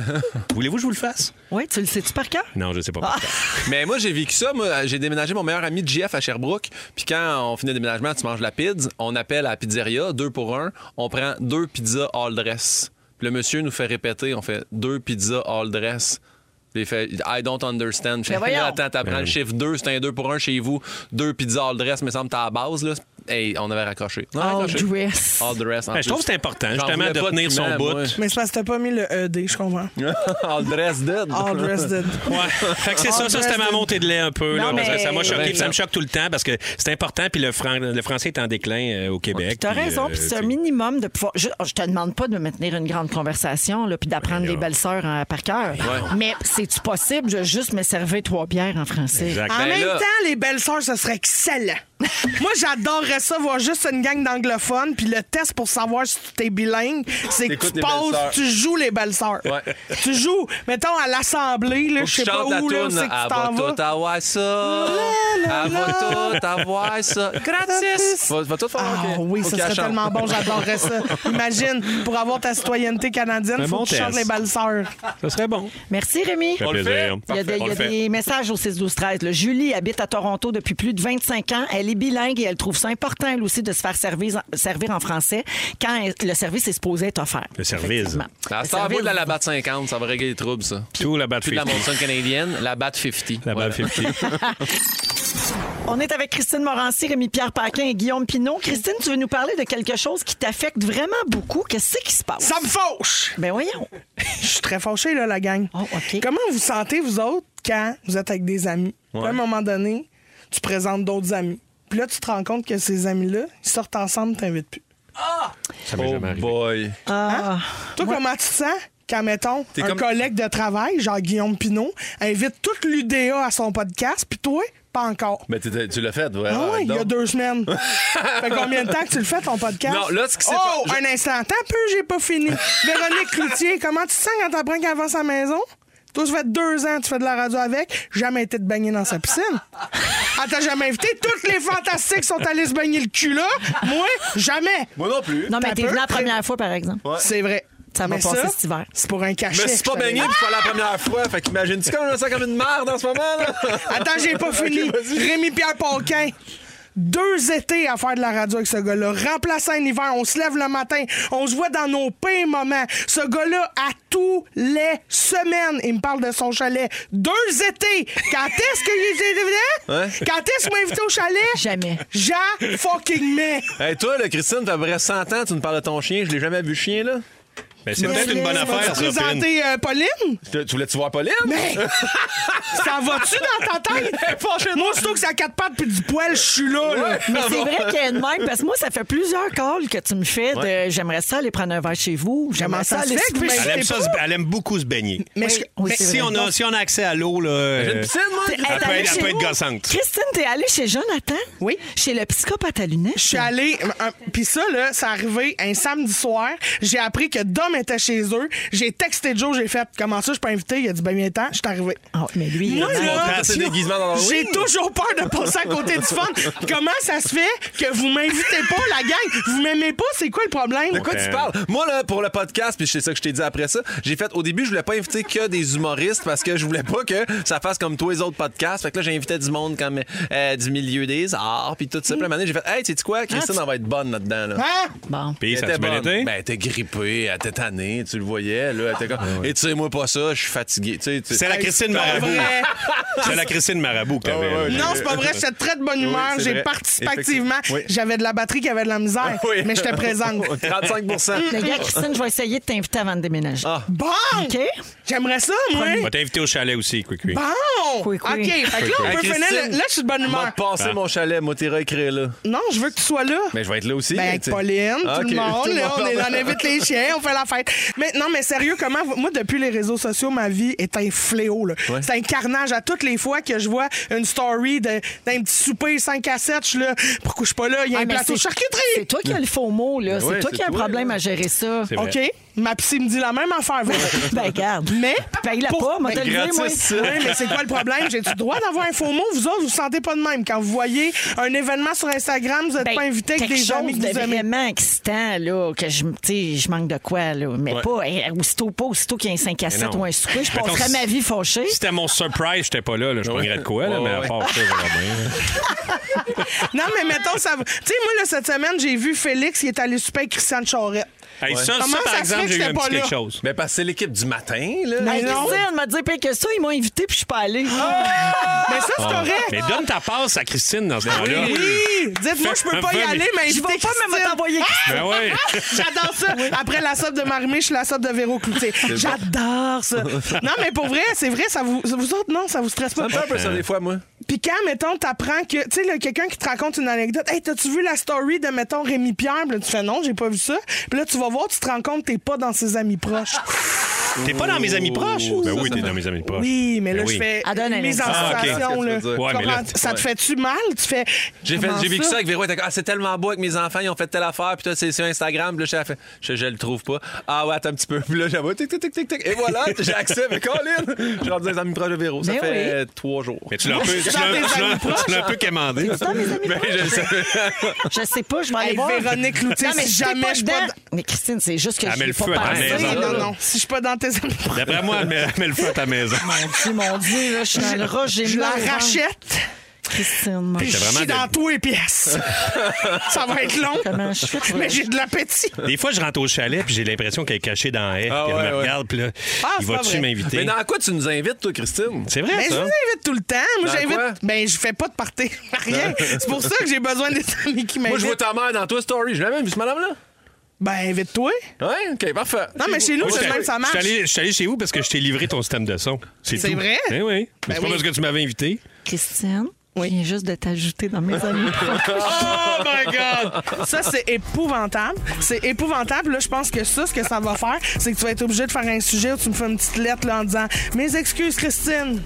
Voulez-vous que je vous le fasse? Oui, tu le sais-tu par cœur? Non, je sais pas. Ah. pourquoi. Mais moi, j'ai vécu ça. Moi, j'ai déménagé mon meilleur ami JF à Sherbrooke. Puis quand on finit le déménagement, tu manges la pizza. On appelle à la pizzeria, deux pour un. On prend deux pizzas all dress. Puis le monsieur nous fait répéter, on fait deux pizzas all dress. Puis Il fait I don't understand. Je fais, Mais voyons. Ben Là, attends, t'apprends le chiffre 2, c'est un 2 pour 1 chez vous. Deux pizzas all dress, me semble, t'as la base, là. hey, on avait raccroché. On avait All raccroché. dress. All dress. en Ben, je trouve que plus. c'est important, J'en justement, voulais de pas tenir son piment, bout. moi. Mais c'est parce que t'as pas mis le ED, je comprends. All dress dead. All dressed. up. Ouais. Fait que c'est ça, ça c'était ma montée de lait un peu. là, parce que ça m'a choqué, puis ça me choque tout le temps parce que c'est important, puis le, fran- le français est en déclin euh, au Québec. T'as puis, raison, euh, puis c'est tu un sais. minimum de pouvoir. Je, je te demande pas de maintenir une grande conversation, là, puis d'apprendre Ben, les là. belles sœurs euh, par cœur. Mais c'est-tu possible? Je vais juste me servir trois bières en français. Exact. En Ben même là- temps, les belles sœurs, ce serait excellent. Moi, j'adorerais ça, voir juste une gang d'anglophones, puis le test pour savoir si tu es bilingue, c'est que T'écoutes tu les belles passes, sœurs. tu joues les belles sœurs. Ouais. Tu joues, mettons, à l'Assemblée, là, Faut je que sais tu pas chantes la où, là, toune. c'est que tu Elle t'en va tout vas. avoir ça. Elle va tout avoir ça. Gratis. Va, va tout faire. Ah ok. oui, Faut ça qu'elle serait chante. tellement bon, j'adorerais ça. Imagine, pour avoir ta citoyenneté canadienne, Un faut bon que tu chantes test. les belles sœurs. Ça serait bon. Merci, Rémi. Ça fait le plaisir. fait. Il y a, des, On il y a le fait. des messages au 6-12-13. là. Julie habite à Toronto depuis plus de 25 ans. Elle est bilingue et elle trouve ça important, elle aussi, de se faire servir, servir en français quand elle- le service est supposé être offert. Le service. Effectivement. À Le ce temps, à Ah, bout service. de la, la batte 50, ça va régler les troubles, ça. Tout la batte Plus de la 50. montagne canadienne, la batte 50. La Ben, Voilà. balle 50. On est avec Christine Morancy, Rémi Pierre Paquin et Guillaume Pinot. Christine, tu veux nous parler de quelque chose qui t'affecte vraiment beaucoup. Qu'est-ce qui se passe? Ça me fauche! Ben voyons. Je suis très fâchée, là, la gang. Oh, OK. Comment vous sentez, vous autres, quand vous êtes avec des amis? Puis À un moment donné, tu présentes d'autres amis. Puis là, tu te rends compte que ces amis-là, ils sortent ensemble, t'invites plus. Ça m'est Oh jamais arrivé. boy. Toi, comment tu te sens quand, mettons, T'es un comme- collègue de travail, genre Guillaume Pinot, invite toute l'UDA à son podcast, puis toi, pas encore? Mais tu t'es- tu l'as fait, ouais. Ah ouais, il y a donc. deux semaines. fait combien de temps que tu le fais, ton podcast? Non, là, ce qui s'est Oh, pas- un instant. Attends un peu, j'ai pas fini. Véronique Cloutier, comment tu te sens quand t'apprends qu'elle vend sa maison? Toi, ça fait deux ans que tu fais de la radio avec, jamais été te baigner dans sa piscine. Elle t'a jamais invité. Toutes les fantastiques sont allées se baigner le cul là. Moi, jamais. Moi non plus. Non, mais T'as t'es peur? venu la première fois, par exemple. C'est vrai. Ça va Mais passer cet hiver. C'est pour un Je cachet. me suis pas je savais. baigné puis pas la première fois. Fait qu'imagine-tu comme ça comme une merde en ce moment, là? Attends, j'ai pas fini. Ok, vas-y. Rémi-Pierre Paquin. Deux étés à faire de la radio avec ce gars-là. Remplaçant un hiver, on se lève le matin, on se voit dans nos pires moments. Ce gars-là, à tous les semaines, il me parle de son chalet. Deux étés! Quand est-ce que j'ai Ouais. Quand est-ce qu'il m'a invité au chalet? Jamais. Ja fucking mais! Hey, toi, là, Christine, t'as vrai 100 ans, tu me parles de ton chien. Je l'ai jamais vu chien, là. Mais c'est peut-être une bonne affaire, Tu vas ça, Pin. présenter euh, Pauline? Tu tu voulais-tu voir Pauline? Mais ça va-tu dans ta tête? Moi, surtout que c'est à quatre pattes puis du poil, je suis là. là. Mais c'est vrai qu'il y a une même, parce que moi, ça fait plusieurs calls que tu me fais de j'aimerais ça aller prendre un verre chez vous, j'aimerais Comment ça ça se aller fait que souper tu chez Elle aime, ça, pas. se- elle aime beaucoup se baigner. Mais Oui, je- oui, c'est Si vrai. on, a, si on a accès à l'eau, là. J'ai une euh, piscine, moi. T'es- Christine. t'es peut allée être- elle chez peut être vous? gossante. Christine, t'es allée chez Jonathan? Oui. Chez le psychopathe à lunettes? Je suis allée. un- Puis ça, là, c'est arrivé un samedi soir. J'ai appris que Dom était chez eux. J'ai texté Joe, j'ai fait Comment ça, je peux inviter Il a dit Ben, viens temps, je suis arrivé. Ah, mais lui, il Moi, est On là, prend ses déguisements dans J'ai l'Halloween. toujours peur de passer à côté du fun. Comment ça se fait que vous m'invitez pas, la gang? Vous m'aimez pas, c'est quoi le problème? De quoi tu parles? Moi, là, pour le podcast, puis c'est ça que je t'ai dit après ça, j'ai fait, au début, je voulais pas inviter que des humoristes parce que je voulais pas que ça fasse comme tous les autres podcasts. Fait que là, j'invitais du monde comme euh, du milieu des arts, puis tout ça. Puis à un moment donné, j'ai fait, hey, tu sais quoi, Christine, Ah, elle va être bonne là-dedans, là. Hein? Bon. Puis Elle ça était a-tu bien bonne. été? Ben, elle était grippée, elle était tannée, tu le voyais, là. Elle était comme, et tu sais, moi, pas ça, je suis fatigué. Tu sais, tu- Ah, C'est la Christine Marabout. vrai. C'est la Christine Marabout que t'avais. Ah ouais, ouais, là. Non, c'est pas vrai, j'étais très de bonne humeur, c'est j'ai vrai. participé activement. Effectivement. Oui. J'avais de la batterie qui avait de la misère, Oui. mais j'étais présente. 35 Le gars, Christine, je vais essayer de t'inviter avant de déménager. Ah. Bon! OK? J'aimerais ça, moi! On va t'inviter au chalet aussi, Quick Quick. Bon! Oui, oui. OK, fait que là, on Hey, peut Christine, finir. le- Là, je suis de bonne humeur. m'a passé Ah. mon chalet, moi, t'es recréé, là. Non, je veux que tu sois là. Mais je vais être là aussi. Ben, avec tu sais. Pauline, Ah, tout le ok. monde, Tout le là, on, monde. est- on invite les chiens, on fait la fête. Mais non, mais sérieux, comment. Moi, depuis les réseaux sociaux, ma vie est un fléau, là. Ouais. C'est un carnage. À toutes les fois que je vois une story de- d'un petit souper 5 à 7, je suis là. Pourquoi je suis pas là? Il y a Ah, un mais plateau c'est- de C'est charcuterie! toi qui as le faux mot, Ben là. c'est ouais, toi c'est qui as un toi, problème là. à gérer ça. C'est vrai. OK? Ma psy me dit la même affaire, voilà. Ben, regarde. Mais. Paye-la pour- pas, moi, Ben, te le dire, moi. gratis, ça. Oui, mais c'est quoi le problème? J'ai-tu le droit d'avoir un faux mot? Vous autres, vous vous sentez pas de même. Quand vous voyez un événement sur Instagram, vous n'êtes Ben, pas invité avec quelque des amis chose que vous de aimez. vraiment excitant, là, que je, tu sais, je manque de quoi, là. Mais pas eh, aussitôt, pas aussitôt qu'il y a un 5 à 7 non. ou un souper, je Mettons, passerais si- ma vie fâchée. Si c'était mon surprise, j'étais pas là, là, je prendrais de quoi, là, Ouais, mais à ouais. part ça, j'aurais bien. Non, mais mettons, ça va. Tu sais, moi, là, cette semaine, j'ai vu Félix, il est allé super avec Christiane Charette. Hey, ça, ça, Comment ça par se exemple, fait que j'ai eu j'étais un pas petit là. quelque chose. Mais parce que c'est l'équipe du matin, là. Mais Hey, non. Christine m'a dit pire que ça, ils m'ont invité puis je suis pas allée. Ah! Mais ça, c'est correct. Ah, Mais donne ta passe à Christine dans ce Ben moment-là. Oui, dites-moi, je peux pas y Fais- aller, mais Je vais invitez pas, mais m'a Christine. Ah! t'envoyer. Ben ouais. J'adore ça. Après la soupe de Marimé, je suis la soupe de Véro Cloutier. J'adore ça. Non, mais pour vrai, c'est vrai, ça vous, ça vous autres, non, ça vous stresse Ça pas. me fait un peu ça des fois, moi. Puis quand, mettons, t'apprends que, tu sais, là, quelqu'un qui te raconte une anecdote, hey, t'as-tu vu la story de, mettons, Rémi Pierre? Puis là, tu fais non, j'ai pas vu ça. Puis là, tu vas voir, tu te rends compte que t'es pas dans ses amis proches. T'es pas dans mes amis proches? Ouh, Ben ça, oui, ça t'es fait- dans mes amis proches. Oui, mais là, Ben oui. je fais Elle donne un mise en exemple. Ah, ok. situation, C'est là. ce que tu veux dire. Ouais, mais là, Comment- ça te ouais. fait-tu mal? Tu fais. J'ai fait- Comment j'ai vécu ça avec Véro. elle était comme, Ah, c'est tellement beau avec mes enfants, ils ont fait telle affaire, puis toi, c'est sur Instagram, puis là, j'ai fait, je, je le trouve pas. Ah ouais, attends un petit peu. Puis là, j'avais tic, tic, tic, tic, tic. Et voilà, j'ai accès, mais Colin, j'ai rendu des amis proches de Véro. Ça Ben Mais fait oui. euh, trois jours. Mais tu l'as un peu, tu dans l'as- tes tu l'as- amis proches, tu l'as un peu quémandé. Ben, Dans mes amis Mais je le savais. Je sais pas, je vais aller Hey, voir. Véronique Loutier, Non, mais si si t'es jamais pas je suis pas dedans- Mais Christine, c'est juste que Ah, je mais suis le feu pas à ta passée. Oui, maison. non, non. Si je suis pas dans tes amis proches, D'après moi, elle met, elle met le feu à ta maison. Mon Dieu, mon Dieu, là, je suis dans le rush, j'ai je la mal au ventre. rachète. Christine, mon Puis Fait je que t'as suis vraiment dans de- tous les pièces. ça va être long. Comment je fais pour- Mais j'ai de l'appétit. Des fois, je rentre au chalet, puis j'ai l'impression qu'elle est cachée dans la haie. Ah, puis elle ouais, me ouais. regarde, puis là, Ah, il c'est pas va-tu vrai. Mais m'inviter? dans quoi tu nous invites, toi, Christine? C'est vrai, Mais je vous ça? invite tout le temps. Moi, Hein? Dans quoi? j'invite. Ben, je fais pas de party. Rien. C'est pour ça que j'ai besoin des amis qui Moi, je vois m'invitent. ta mère dans Toy Story. Je l'ai même vu, ce madame-là. Ben, invite-toi. Ouais, OK, parfait. Non, mais chez nous, Moi, c'est j'étais- le même, ça marche. j'étais allé- j'étais allé chez vous parce que je t'ai livré ton système de son. C'est C'est tout. vrai? Ben Eh oui. Mais c'est pas oui. parce que tu m'avais invité. Christine, je viens juste de t'ajouter dans mes amis. Oh my God! Ça, c'est épouvantable. C'est épouvantable. Là, je pense que ça, ce que ça va faire, c'est que tu vas être obligé de faire un sujet où tu me fais une petite lettre là, en disant Mes excuses, Christine.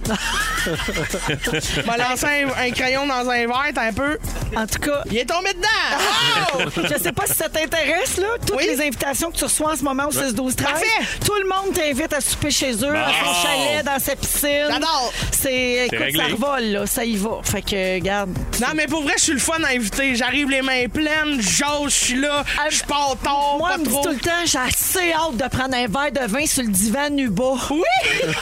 Va lancer un, un crayon dans un verre, t'as un peu. en tout cas, Il est tombé dedans. Oh! Je sais pas si ça t'intéresse, là, toutes Oui. les invitations que tu reçois en ce moment au 6 12 13 Parfait. Tout le monde t'invite à souper chez eux, à Bon. son chalet, dans sa piscine. J'adore. C'est, écoute, réglé. ça revole, là, ça y va. Fait que, euh, regarde. Non, mais pour vrai, je suis le fun à inviter. J'arrive les mains pleines, j'ose, je suis là, Ah, je pars tard, Moi, pas elle me dit trop. tout le temps, j'ai assez hâte de prendre un verre de vin sur le divan Nuba. Oui!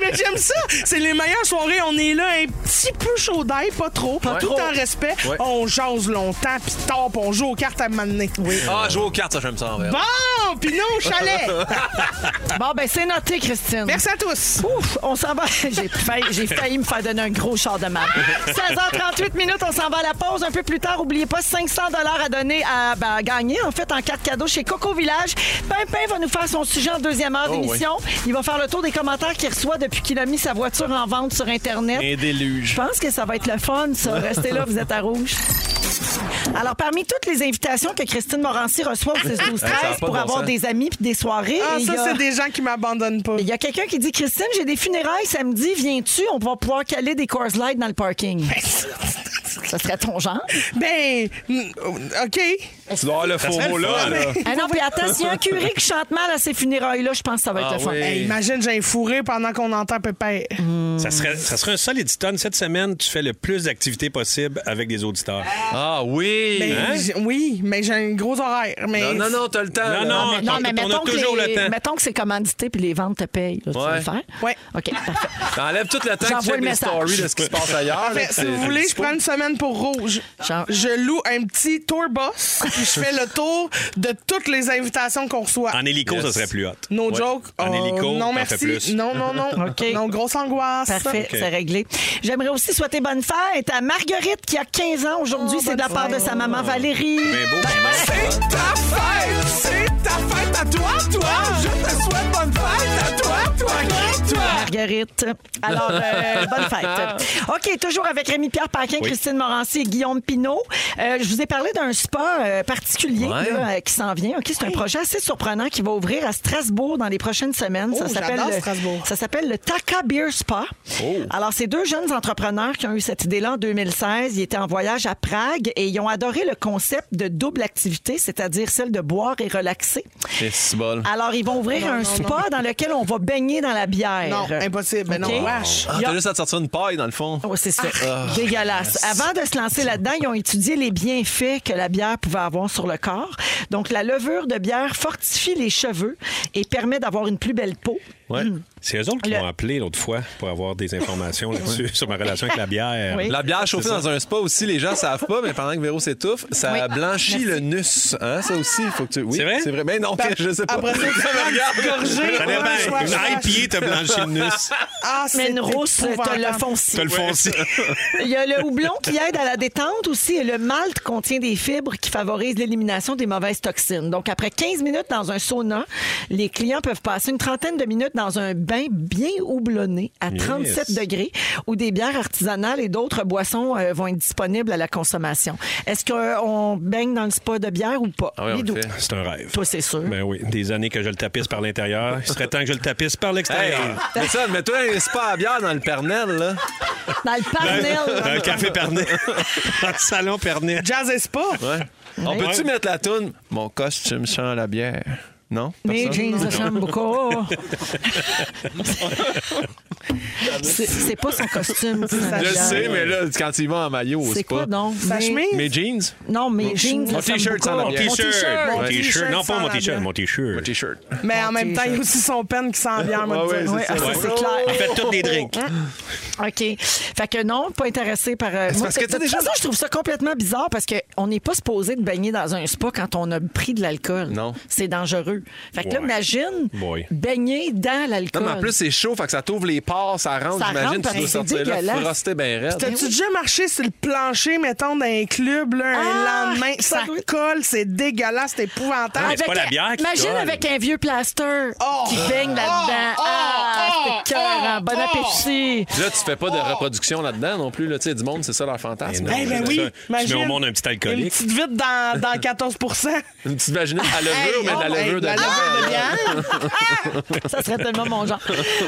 mais j'aime ça! C'est les meilleures soirées. On est là un petit peu chaud d'ail, pas trop, Pas tout trop. en respect. Ouais. On jase longtemps, puis tard, puis on joue aux cartes à m'amener. Oui. Ah, jouer aux cartes, ça, j'aime ça en vrai. Bon, puis nous, au chalet! Bon, ben, c'est noté, Christine. Merci à tous! Ouf, on s'en va. J'ai failli, j'ai failli me faire donner un gros char de marque. 16h38 minutes, on s'en va à la pause. Un peu plus tard, n'oubliez pas 500 dollars à donner à, ben, à gagner en fait en carte cadeau chez Coco Village. Pimpin va nous faire son sujet en deuxième Oh heure d'émission. Il va faire le tour des commentaires qu'il reçoit depuis qu'il a mis sa voiture en vente sur internet. Un déluge. Je pense que ça va être le fun, ça. Restez là, vous êtes à rouge. Alors, parmi toutes les invitations que Christine Morancy reçoit au 16 12 13 Ça a pas de pour bon avoir sens. des amis puis des soirées, Ah, il y ça, a- c'est des gens qui m'abandonnent pas. il y a quelqu'un qui dit Christine, j'ai des funérailles samedi, viens-tu On va pouvoir caler des Coors Light dans le parking. Ça serait ton genre. Ben, mm, OK. Ben, Tu dois avoir le faux serait le mot là. fun. là. Ah non, puis attends, s'il y a un curé qui chante mal à ces funérailles-là, je pense que ça va être Ah le fun. oui. Hey, imagine, j'ai un fourré pendant qu'on entend Pépé. Ça serait, ça serait un solide stun. Cette semaine, tu fais le plus d'activités possible avec des auditeurs. Ah oui! Ben, Hein? j'ai- Oui, mais j'ai un gros horaire. Mais Non, non, non, t'as le temps. Non, là. non. Mais non, mais Ah, on a mettons que, toujours les- le temps. mettons que c'est commandité puis les ventes te payent. là, Tu Ouais. vas le faire? Ouais. OK, parfait. T'enlèves tout le temps que tu J'envoie fais le des message. stories de ce qui se passe ailleurs. Fait, là, si c'est- vous voulez, je prends une semaine pour rouge. Genre- Je loue un petit tour bus, puis je fais le tour de toutes les invitations qu'on reçoit. En hélico, Yes. ça serait plus hot. No joke. En Oh, hélico, non, t'en merci. fais plus. Non, non, non. OK. Non, grosse angoisse. Parfait, OK. c'est réglé. J'aimerais aussi souhaiter bonne fête à Marguerite qui a 15 ans aujourd'hui. c'est de la part de sa maman Valérie. Ben beau. C'est ta fête, c'est ta fête à toi, toi. Je te souhaite bonne fête à toi, toi, toi, toi. Marguerite. Alors, euh, bonne fête. OK, toujours avec Rémi-Pierre Paquin, Christine Morancy et Guillaume Pinault. Euh, je vous ai parlé d'un spa euh, particulier Ouais. là, euh, qui s'en vient. OK, c'est un projet assez surprenant qui va ouvrir à Strasbourg dans les prochaines semaines. Oh, s'appelle j'adore le- Strasbourg. Ça s'appelle le Taka Beer Spa. Alors, c'est deux jeunes entrepreneurs qui ont eu cette idée-là en 2016. Ils étaient en voyage à Prague et ils ont adoré le concept de double activité, c'est-à-dire celle de boire et relaxer. C'est si bol. Ah, Alors, ils vont ouvrir un spa dans lequel on va baigner dans la bière. Non, impossible. Ben OK. non, wesh. Ah, Il y t'as a- juste à te sortir une paille, dans le fond. Oh, c'est ça. Ah, Dégueulasse. Avant de se lancer là-dedans, ils ont étudié les bienfaits que la bière pouvait avoir sur le corps. Donc, la levure de bière fortifie les cheveux et permet d'avoir une plus belle peau. Ouais. C'est eux autres qui Le- m'ont appelé l'autre fois pour avoir des informations là-dessus, sur ma relation avec la bière. Oui. La bière chauffée dans un spa aussi, les gens savent pas, mais pendant que Véro s'étouffe, ça blanchit le nus. Hein, ça aussi, il faut que tu. Oui, C'est vrai? C'est vrai. Mais non, je sais pas. Ben, après ça, tu me prends une regarde. gorgée, Ça dépend. ouais, ouais, ouais. Une IPA, t'as blanchi le nus. Ah, Mais c'est une rousse, t'as le épouvantable. foncé. T'as le foncé. Il y a le houblon qui aide à la détente aussi. Et le malt contient des fibres qui favorisent l'élimination des mauvaises toxines. Donc, après 15 minutes dans un sauna, les clients peuvent passer une trentaine de minutes dans un bain bien houblonné à 37 degrés où des bières artisanales et d'autres boissons euh, vont être disponibles à la consommation. Est-ce qu'on baigne dans le spa de bière ou pas? Ah oui, on le Bidou. fait. C'est un rêve. Toi, c'est sûr. Ben oui, des années que je le tapisse par l'intérieur. Il serait temps que je le tapisse par Hey, l'extérieur. mais ça, mets-toi un spa à bière dans le Pernel, là. Dans Ben, le panel. Dans le café Pernet. Dans le salon Pernet. Jazz et spa. Ouais. On Oui. peut-tu mettre la toune Mon costume sent la bière. Non? Mes Personne? jeans ressemblent beaucoup. c'est c'est pas son costume. c'est sa Je le bière. sais, mais là, quand il va en maillot, C'est quoi pas. donc? Sa Mes- chemise? Mes jeans? Non, mes jeans. Mon ressemblent t-shirt sans beaucoup. la Mon bière. t-shirt. Mon Mon t-shirt. t-shirt Non, pas sans mon la t-shirt, bière. mon Mon t-shirt. t-shirt. Mais en même temps, il y a t-shirt. aussi son pen qui s'en vient en Ah même ouais, temps. c'est ça. ah, ouais. c'est clair. En fait, toutes des drinks. Hein? OK. Fait que non, pas intéressé par. euh, C'est moi, parce que de t'as toute déjà- façon, je trouve ça complètement bizarre parce qu'on n'est pas supposé de baigner dans un spa quand on a pris de l'alcool. Non. C'est dangereux. Fait que là, Ouais. imagine Boy. baigner dans Non, l'alcool. mais en plus, c'est chaud, fait que ça t'ouvre les pores, ça rentre, Ça rentre, j'imagine. Tu parce dois que c'est sortir là, dégueulasse. frosté bien raide. T'as-tu déjà marché sur le plancher, mettons, d'un club, là, Ah, un lendemain? ça Ça doit- colle, c'est dégueulasse, c'est épouvantable. mais c'est pas la bière qui Imagine colle. Oh! avec un vieux plaster qui baigne là-dedans. ah, c'était écœurant. Bon appétit. Là, tu fais pas Oh! de reproduction là-dedans non plus. Là, tu sais, du monde, c'est ça leur fantasme. Mais Eh non. ben C'est oui, ça. Tu imagine. mets au monde un petit alcoolique. Une petite vite dans, dans 14 Tu t'imagines à Hey, levure, mais de la oh, hey, levure de la levure de bière. Ça serait tellement mon genre.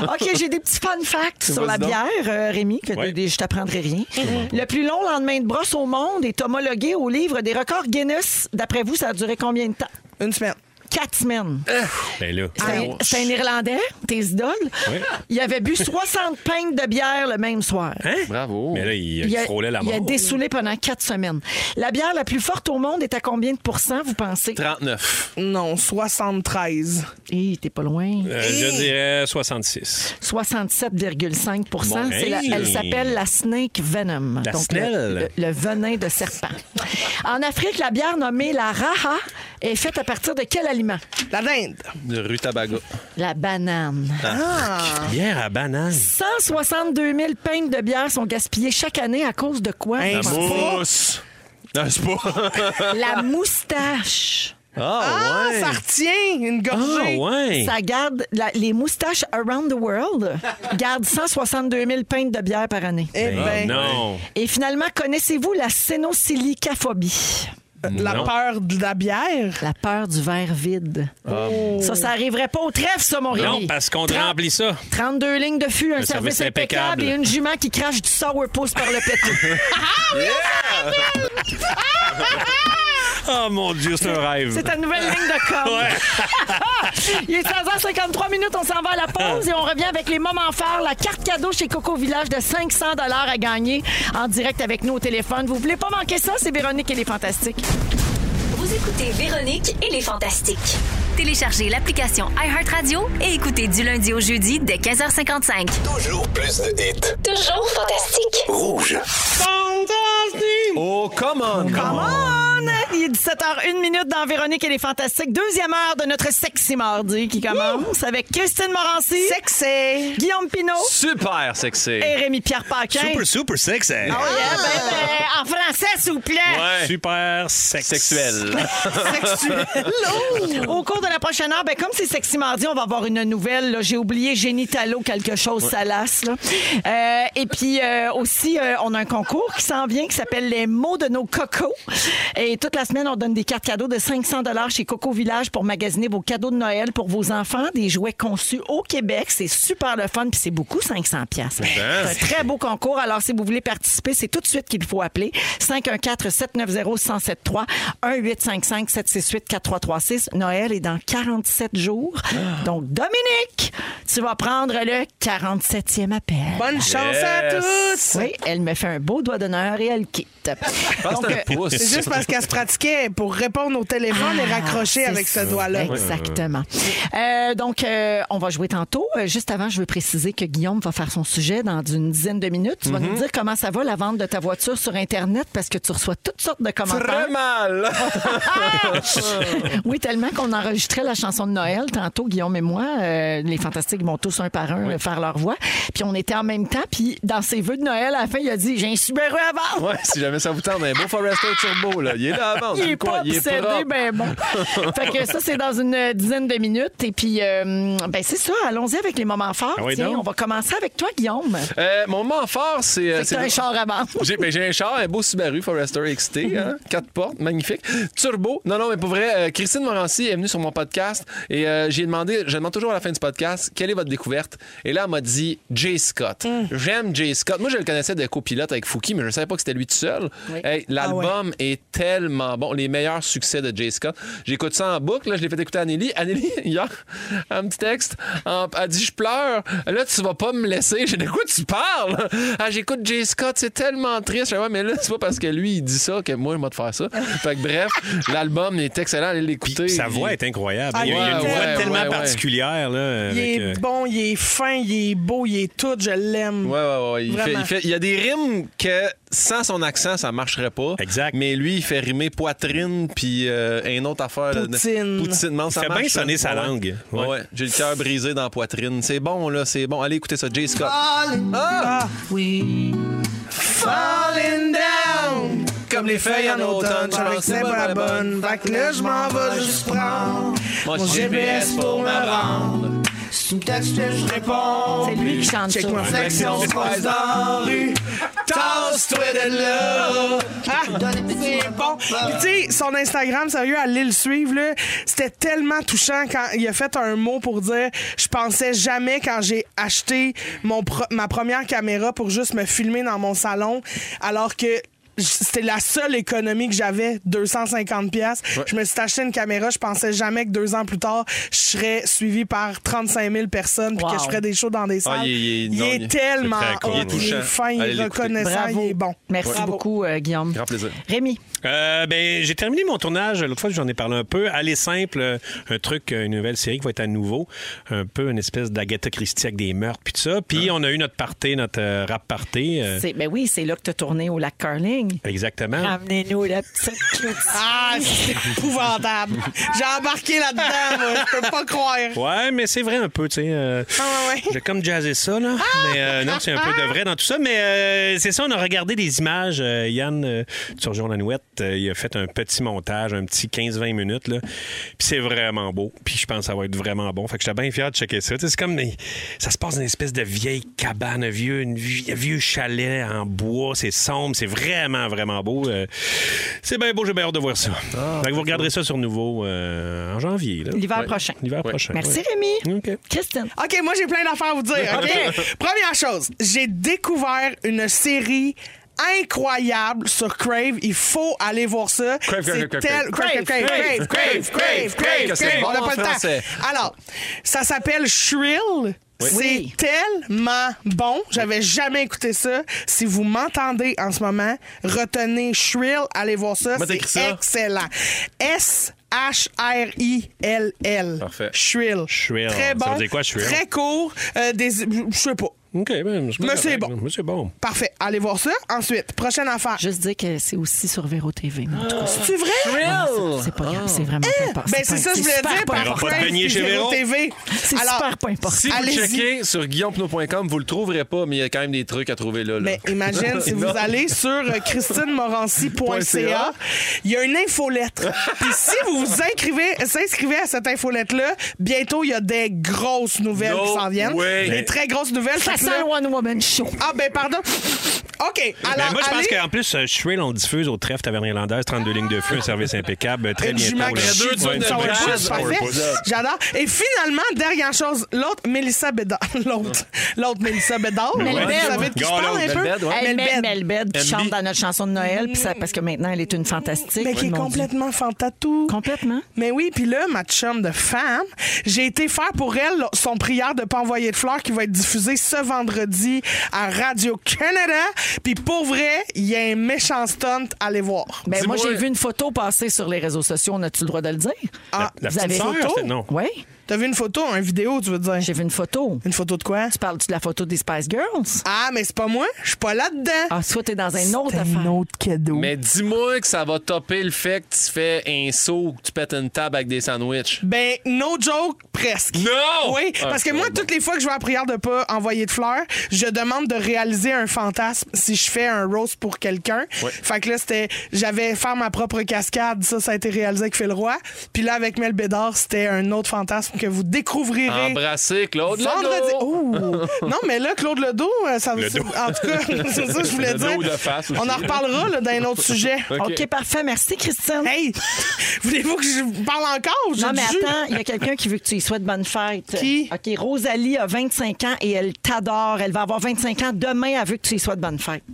OK, j'ai des petits fun facts sur la Vas-y donc. bière, euh, Rémi, que Ouais. t'as des- je t'apprendrai rien. Le plus long lendemain de brosse au monde est homologué au livre des records Guinness. D'après vous, ça a duré combien de temps? Une semaine. Quatre semaines. Ben là. C'est un- C'est un Irlandais, tes idoles. Ouais. Il avait bu 60 pintes de bière le même soir. Hein? Bravo. Mais là, il, il frôlait la il mort. a dessoulé pendant quatre semaines. La bière la plus forte au monde est à combien de pourcents, vous pensez? 39. Non, 73. Hé, Eh, t'es pas loin. Euh, je dirais 66. 67,5 Bon, C'est la- hey. Elle s'appelle la snake venom. La le- snelle. Le, le venin de serpent. en Afrique, la bière nommée la raha est faite à partir de quel aliment? La dinde. De rue Tabaga. La banane. Bière à banane. 162 000 pintes de bière sont gaspillées chaque année à cause de Ah, quoi? Hein, vous pensez? Mousse. Non, c'est pas. La moustache. Ah, Ah, ouais. ça retient une Ah, gorgée. ouais. Ça garde la- les moustaches around the world gardent 162 000 pintes de bière par année. Eh Ah, ben, non. Et finalement, connaissez-vous la cénosilicaphobie? la Non. peur de la bière. La peur du verre vide. Oh. Ça, ça arriverait pas au trèfle, ça, mon Rémi. Ah. Non, parce qu'on te Trente- remplit ça. 32 lignes de fût, un, Un service, service impeccable. impeccable. et une jument qui crache du sourpuss par le pétou. Oh mon Dieu, c'est un rêve. C'est ta nouvelle ligne de com. Il est 16h53 minutes, on s'en va à la pause et on revient avec les moments forts. La carte cadeau chez Coco Village de 500 à gagner en direct avec nous au téléphone. Vous voulez pas manquer ça? C'est Véronique et les Fantastiques. Vous écoutez Véronique et les Fantastiques. Téléchargez l'application iHeartRadio et écoutez du lundi au jeudi dès 15h55. Toujours plus de hits. Toujours fantastique. Rouge. Oh, come on. Come on! Il est 17h01 minute dans Véronique et les Fantastiques. Deuxième heure de notre sexy mardi qui commence avec Christine Morancy, Sexy. Guillaume Pinot Super sexy. et Rémi-Pierre Paquin. super sexy. Ah oui, eh ben, ben, en français, s'il vous plaît. Ouais. Super sexe. Sexuel. Sexuel. Au cours de la prochaine heure, ben, comme c'est sexy mardi, on va avoir une nouvelle. là. J'ai oublié Génitalo, quelque chose, salace. là. Euh, et puis euh, aussi, euh, on a un concours qui s'en vient qui s'appelle Les mots de nos cocos. Et toute la semaine, on donne des cartes cadeaux de 500 chez Coco Village pour magasiner vos cadeaux de Noël pour vos enfants, des jouets conçus au Québec. C'est super le fun, puis c'est beaucoup, 500 pièces. C'est un très beau concours. Alors, si vous voulez participer, c'est tout de suite qu'il faut appeler 514-790-1073 1-855-768-4336. Noël est dans 47 jours. Donc, Dominique, tu vas prendre le 47e appel. Bonne chance à Yes. tous. Oui, elle me fait un beau doigt d'honneur et elle quitte. Je pense que Donc, c'est un euh, pouce. C'est juste parce qu'elle se pratiquait pour répondre au téléphone et Ah, raccrocher c'est avec ce ça. doigt-là. Exactement. Euh, donc, euh, on va jouer tantôt. Euh, Juste avant, je veux préciser que Guillaume va faire son sujet dans une dizaine de minutes. Tu vas Mhm. nous dire comment ça va la vente de ta voiture sur Internet parce que tu reçois toutes sortes de Très commentaires. Ah! mal! oui, tellement qu'on enregistrait la chanson de Noël tantôt, Guillaume et moi. euh, les Fantastiques vont tous un par un euh, faire leur voix. Puis on était en même temps. Puis dans ses vœux de Noël, à la fin, il a dit « J'ai un Subaru à vendre! Ouais, si jamais ça vous tente, un beau Forester Turbo, là. Il est là avant, Il est pas obsédé, ben bon. fait que ça, c'est dans une euh, dizaine de minutes. Et puis, euh, ben c'est ça, allons-y avec les moments forts. Ah oui, Tiens, donc. on va commencer avec toi, Guillaume. Euh, mon moment fort, c'est. euh, Fait que c'est t'as un char à vendre. J'ai ben, j'ai un char, un beau Subaru Forester XT, hein, quatre portes, magnifique. Turbo. Non, non, mais pour vrai, euh, Christine Morancy est venue sur mon podcast et euh, j'ai demandé, je demande toujours à la fin du podcast, quelle est votre découverte? Et là, elle m'a dit Jay Scott. J'aime Jay Scott. Moi, je le connaissais de copilote avec Fouki, mais je ne savais pas que c'était lui tout seul. Hey, L'album est tellement bon. Les meilleurs succès de Jay Scott. J'écoute ça en boucle. Là, je l'ai fait écouter à Anneli. Anneli, hier, un petit texte. en- Elle dit Je pleure. Là, tu vas pas me laisser. J'ai dit, De quoi tu parles Ah, J'écoute Jay Scott. C'est tellement triste. Je dis, Ouais, mais là, c'est pas parce que lui, il dit ça que moi, je vais te faire ça. Fait que bref, l'album est excellent. Allez l'écouter. Puis Sa Il- voix est incroyable. Ah, il y a, il y a une ouais, voix ouais, tellement ouais, ouais. particulière. Là, Il avec, est euh, bon, il est fin, il est beau, il est tout, je l'aime. Ouais, ouais, ouais. Il, fait, Vraiment. il, fait- il y a des rimes que sans son accent, ça marcherait pas. Exact. Mais lui, il fait rimer poitrine, puis euh, une autre affaire. là, de- Poutine. Poutine, non, ça fait marche, bien sonner là. sa Ouais, ouais. langue. Ouais, Ouais. ouais. J'ai le cœur brisé dans la poitrine. C'est bon, là, c'est bon. Allez écouter ça, Jay Scott. Ah! Falling down, Comme les feuilles en automne, je pense que c'est pas la bonne. Fait que là, je m'en vais juste prendre Mon GPS pour me rendre. C'est une texte que je réponds. C'est lui qui chante ça. Section se passe dans la rue. Tasse-toi de là. Ah, c'est bon. Puis tu sais, son Instagram, sérieux, allez le suivre. là. C'était tellement touchant quand il a fait un mot pour dire « Je pensais jamais quand j'ai acheté mon pro- ma première caméra pour juste me filmer dans mon salon, alors que... j- C'était la seule économie que j'avais, 250 pièces. Je me suis acheté une caméra. Je pensais jamais que deux ans plus tard, je serais suivi par 35 000 personnes puis que Wow. je ferais des shows dans des salles. Ah, il est- il est- Il non, est il est- tellement c'est très hot, cool, il ouais. est fin, il Allez est l'écouter. reconnaissant, Bravo. il est bon. Merci Bravo. beaucoup, euh, Guillaume. Grand plaisir. Rémi, Euh, ben, j'ai terminé mon tournage. L'autre fois, j'en ai parlé un peu. Aller simple, euh, un truc, euh, une nouvelle série qui va être à nouveau. Un peu une espèce d'Agatha Christie avec des meurtres, puis tout ça. Puis on a eu notre party, notre euh, rap party. euh, c'est, ben oui, c'est là que tu as tourné au lac Carling. exactement. Ramenez-nous la petite Claudie. Ah, c'est épouvantable. J'ai embarqué là-dedans, moi. Je peux pas croire. Ouais, mais c'est vrai un peu, tu sais. euh, Ah, ouais, Ah! ouais. J'ai comme jazzé ça, là. Mais euh, non, c'est un peu de vrai dans tout ça. Mais euh, c'est ça, on a regardé des images. Euh, Yann euh, Turgeon-Lanouette, euh, il a fait un petit montage, un petit 15-20 minutes, là. Puis c'est vraiment beau. Puis je pense que ça va être vraiment bon. Fait que j'étais bien fier de checker ça. Tu sais, c'est comme. des- Ça se passe dans une espèce de vieille cabane, un vieux, une vie- un vieux chalet en bois. C'est sombre, c'est vraiment, vraiment beau. Euh, c'est bien beau, j'ai bien hâte de voir ça. fait que vous regarderez ça sur nouveau euh, en janvier, là. L'hiver prochain. L'hiver prochain. Merci, ouais. Rémi. OK. Christine. OK, moi, j'ai plein d'affaires à vous dire. OK? Première chose, j'ai découvert une série incroyable sur Crave. Il faut aller voir ça. Crave, Crave, C'est Crave, tel- Crave, Crave, Crave, Crave, Crave, Crave, Que c'est Crave. bon On n'a en pas le français. temps. Alors, ça s'appelle Shrill. C'est Oui. tellement bon. J'avais jamais écouté ça. Si vous m'entendez en ce moment, retenez Shrill, allez voir ça. Comment C'est t'écris ça? excellent. S H-R-I-L-L. Parfait. Shrill. Shrill. Très bon. Ça veut dire quoi, Shrill? Très court. euh, des, je je sais pas. OK, ben, pas Mais c'est correct, bon. là. Mais c'est bon. Parfait. Allez voir ça. Ensuite, prochaine affaire. Juste dire que c'est aussi sur Véro TV. mais en tout cas, c'est- C'est vrai? c'est pas grave, c'est vraiment pas important. Oh. Ben, Eh! C'est pas- c'est ça que je voulais super dire. pas par important. pas de Crave beignet puis chez Véro. TV. C'est Alors, super pas important. Si vous Allez-y. checkez sur guillaumepinot.com, vous le trouverez pas, mais il y a quand même des trucs à trouver là. là. Mais ben, imagine si vous allez sur euh, christinemorancy.ca, il y a une infolettre. Puis si vous vous inscrivez, s'inscrivez à cette infolettre-là, bientôt il y a des grosses nouvelles No qui s'en viennent. way. Des très grosses nouvelles. Ça Fait que sent là- le One Woman Show. Ah ben pardon. OK. Alors, Ben, moi, je pense allez- qu'en plus, euh, Shrill, on le diffuse au trèfle Taverne Irlandaise, 32 lignes de feu, un service impeccable. euh, Très Une bientôt. jument là. qui chie Deux sur tonnes une de ben, sauge. bras, Parfait. ça, on le pousse. J'adore. Et finalement, dernière chose, l'autre, Mélissa Bédard. L'autre, l'autre Mélissa Bédard. Melbed. Vous savez de qui je Gars, parle un l'autre, peu? Melbed, ouais. Elle met Melbed. Melbed qui MB. chante dans notre chanson de Noël, puis ça- parce que maintenant, elle est une fantastique. Mais qui est Mon Dieu. complètement fantatou. Complètement. Mais oui, puis là, ma chum de femme, j'ai été faire pour elle là, son prière de pas envoyer de fleurs qui va être diffusée ce vendredi à Radio-Canada. Puis pour vrai, il y a un méchant stunt, allez voir. Mais Ben, moi, Dis-moi- j'ai vu une photo passer sur les réseaux sociaux. On a-tu le droit de le dire? Ah, la Vous petite avez sœur, photo? c'était- non. Oui, T'as vu une photo, une vidéo, tu veux dire? j'ai vu une photo. Une photo de quoi? Tu parles-tu de la photo des Spice Girls? Ah, mais c'est pas moi, je suis pas là-dedans. Ah, soit t'es dans un autre C'est affaire. un autre cadeau. Mais dis-moi que ça va topper le fait que tu fais un saut ou que tu pètes une table avec des sandwichs. Ben, no joke, presque. Non! Oui, Ah, parce que c'est moi, bon. toutes les fois que je vais à la prière de pas envoyer de fleurs, je demande de réaliser un fantasme si je fais un roast pour quelqu'un. Fait que là, c'était, j'avais faire ma propre cascade, ça, ça a été réalisé avec Phil Roy. Puis là, avec Mel Bédard, c'était un autre fantasme que vous découvrirez. Embrasser Claude Vendredi. Oh, Legault. Ouh. non, mais là, Claude Ledo, euh, ça Le dos. En tout cas, c'est ça que je voulais Le dos dire. ou la face aussi. On en reparlera là, d'un autre sujet. OK, parfait. Merci, Christine. Hey, voulez-vous que je vous parle encore? J'ai Non, mais du jus. attends, il y a quelqu'un qui veut que tu lui souhaites bonne fête. Qui? OK, Rosalie a 25 ans et elle t'adore. Elle va avoir 25 ans. Demain, elle veut que tu lui souhaites bonne fête.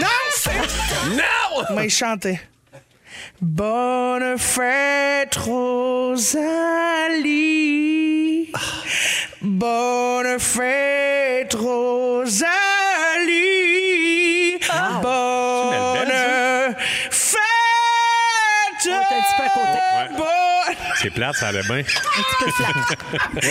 Non, c'est... Non! Mais chanter. Bonne fête, Rosalie. Bonne fête, Rosalie. C'est une belle Bonne fête. Ouais, t'as un petit peu à côté. Bonne C'est plate, ça allait bien. fête,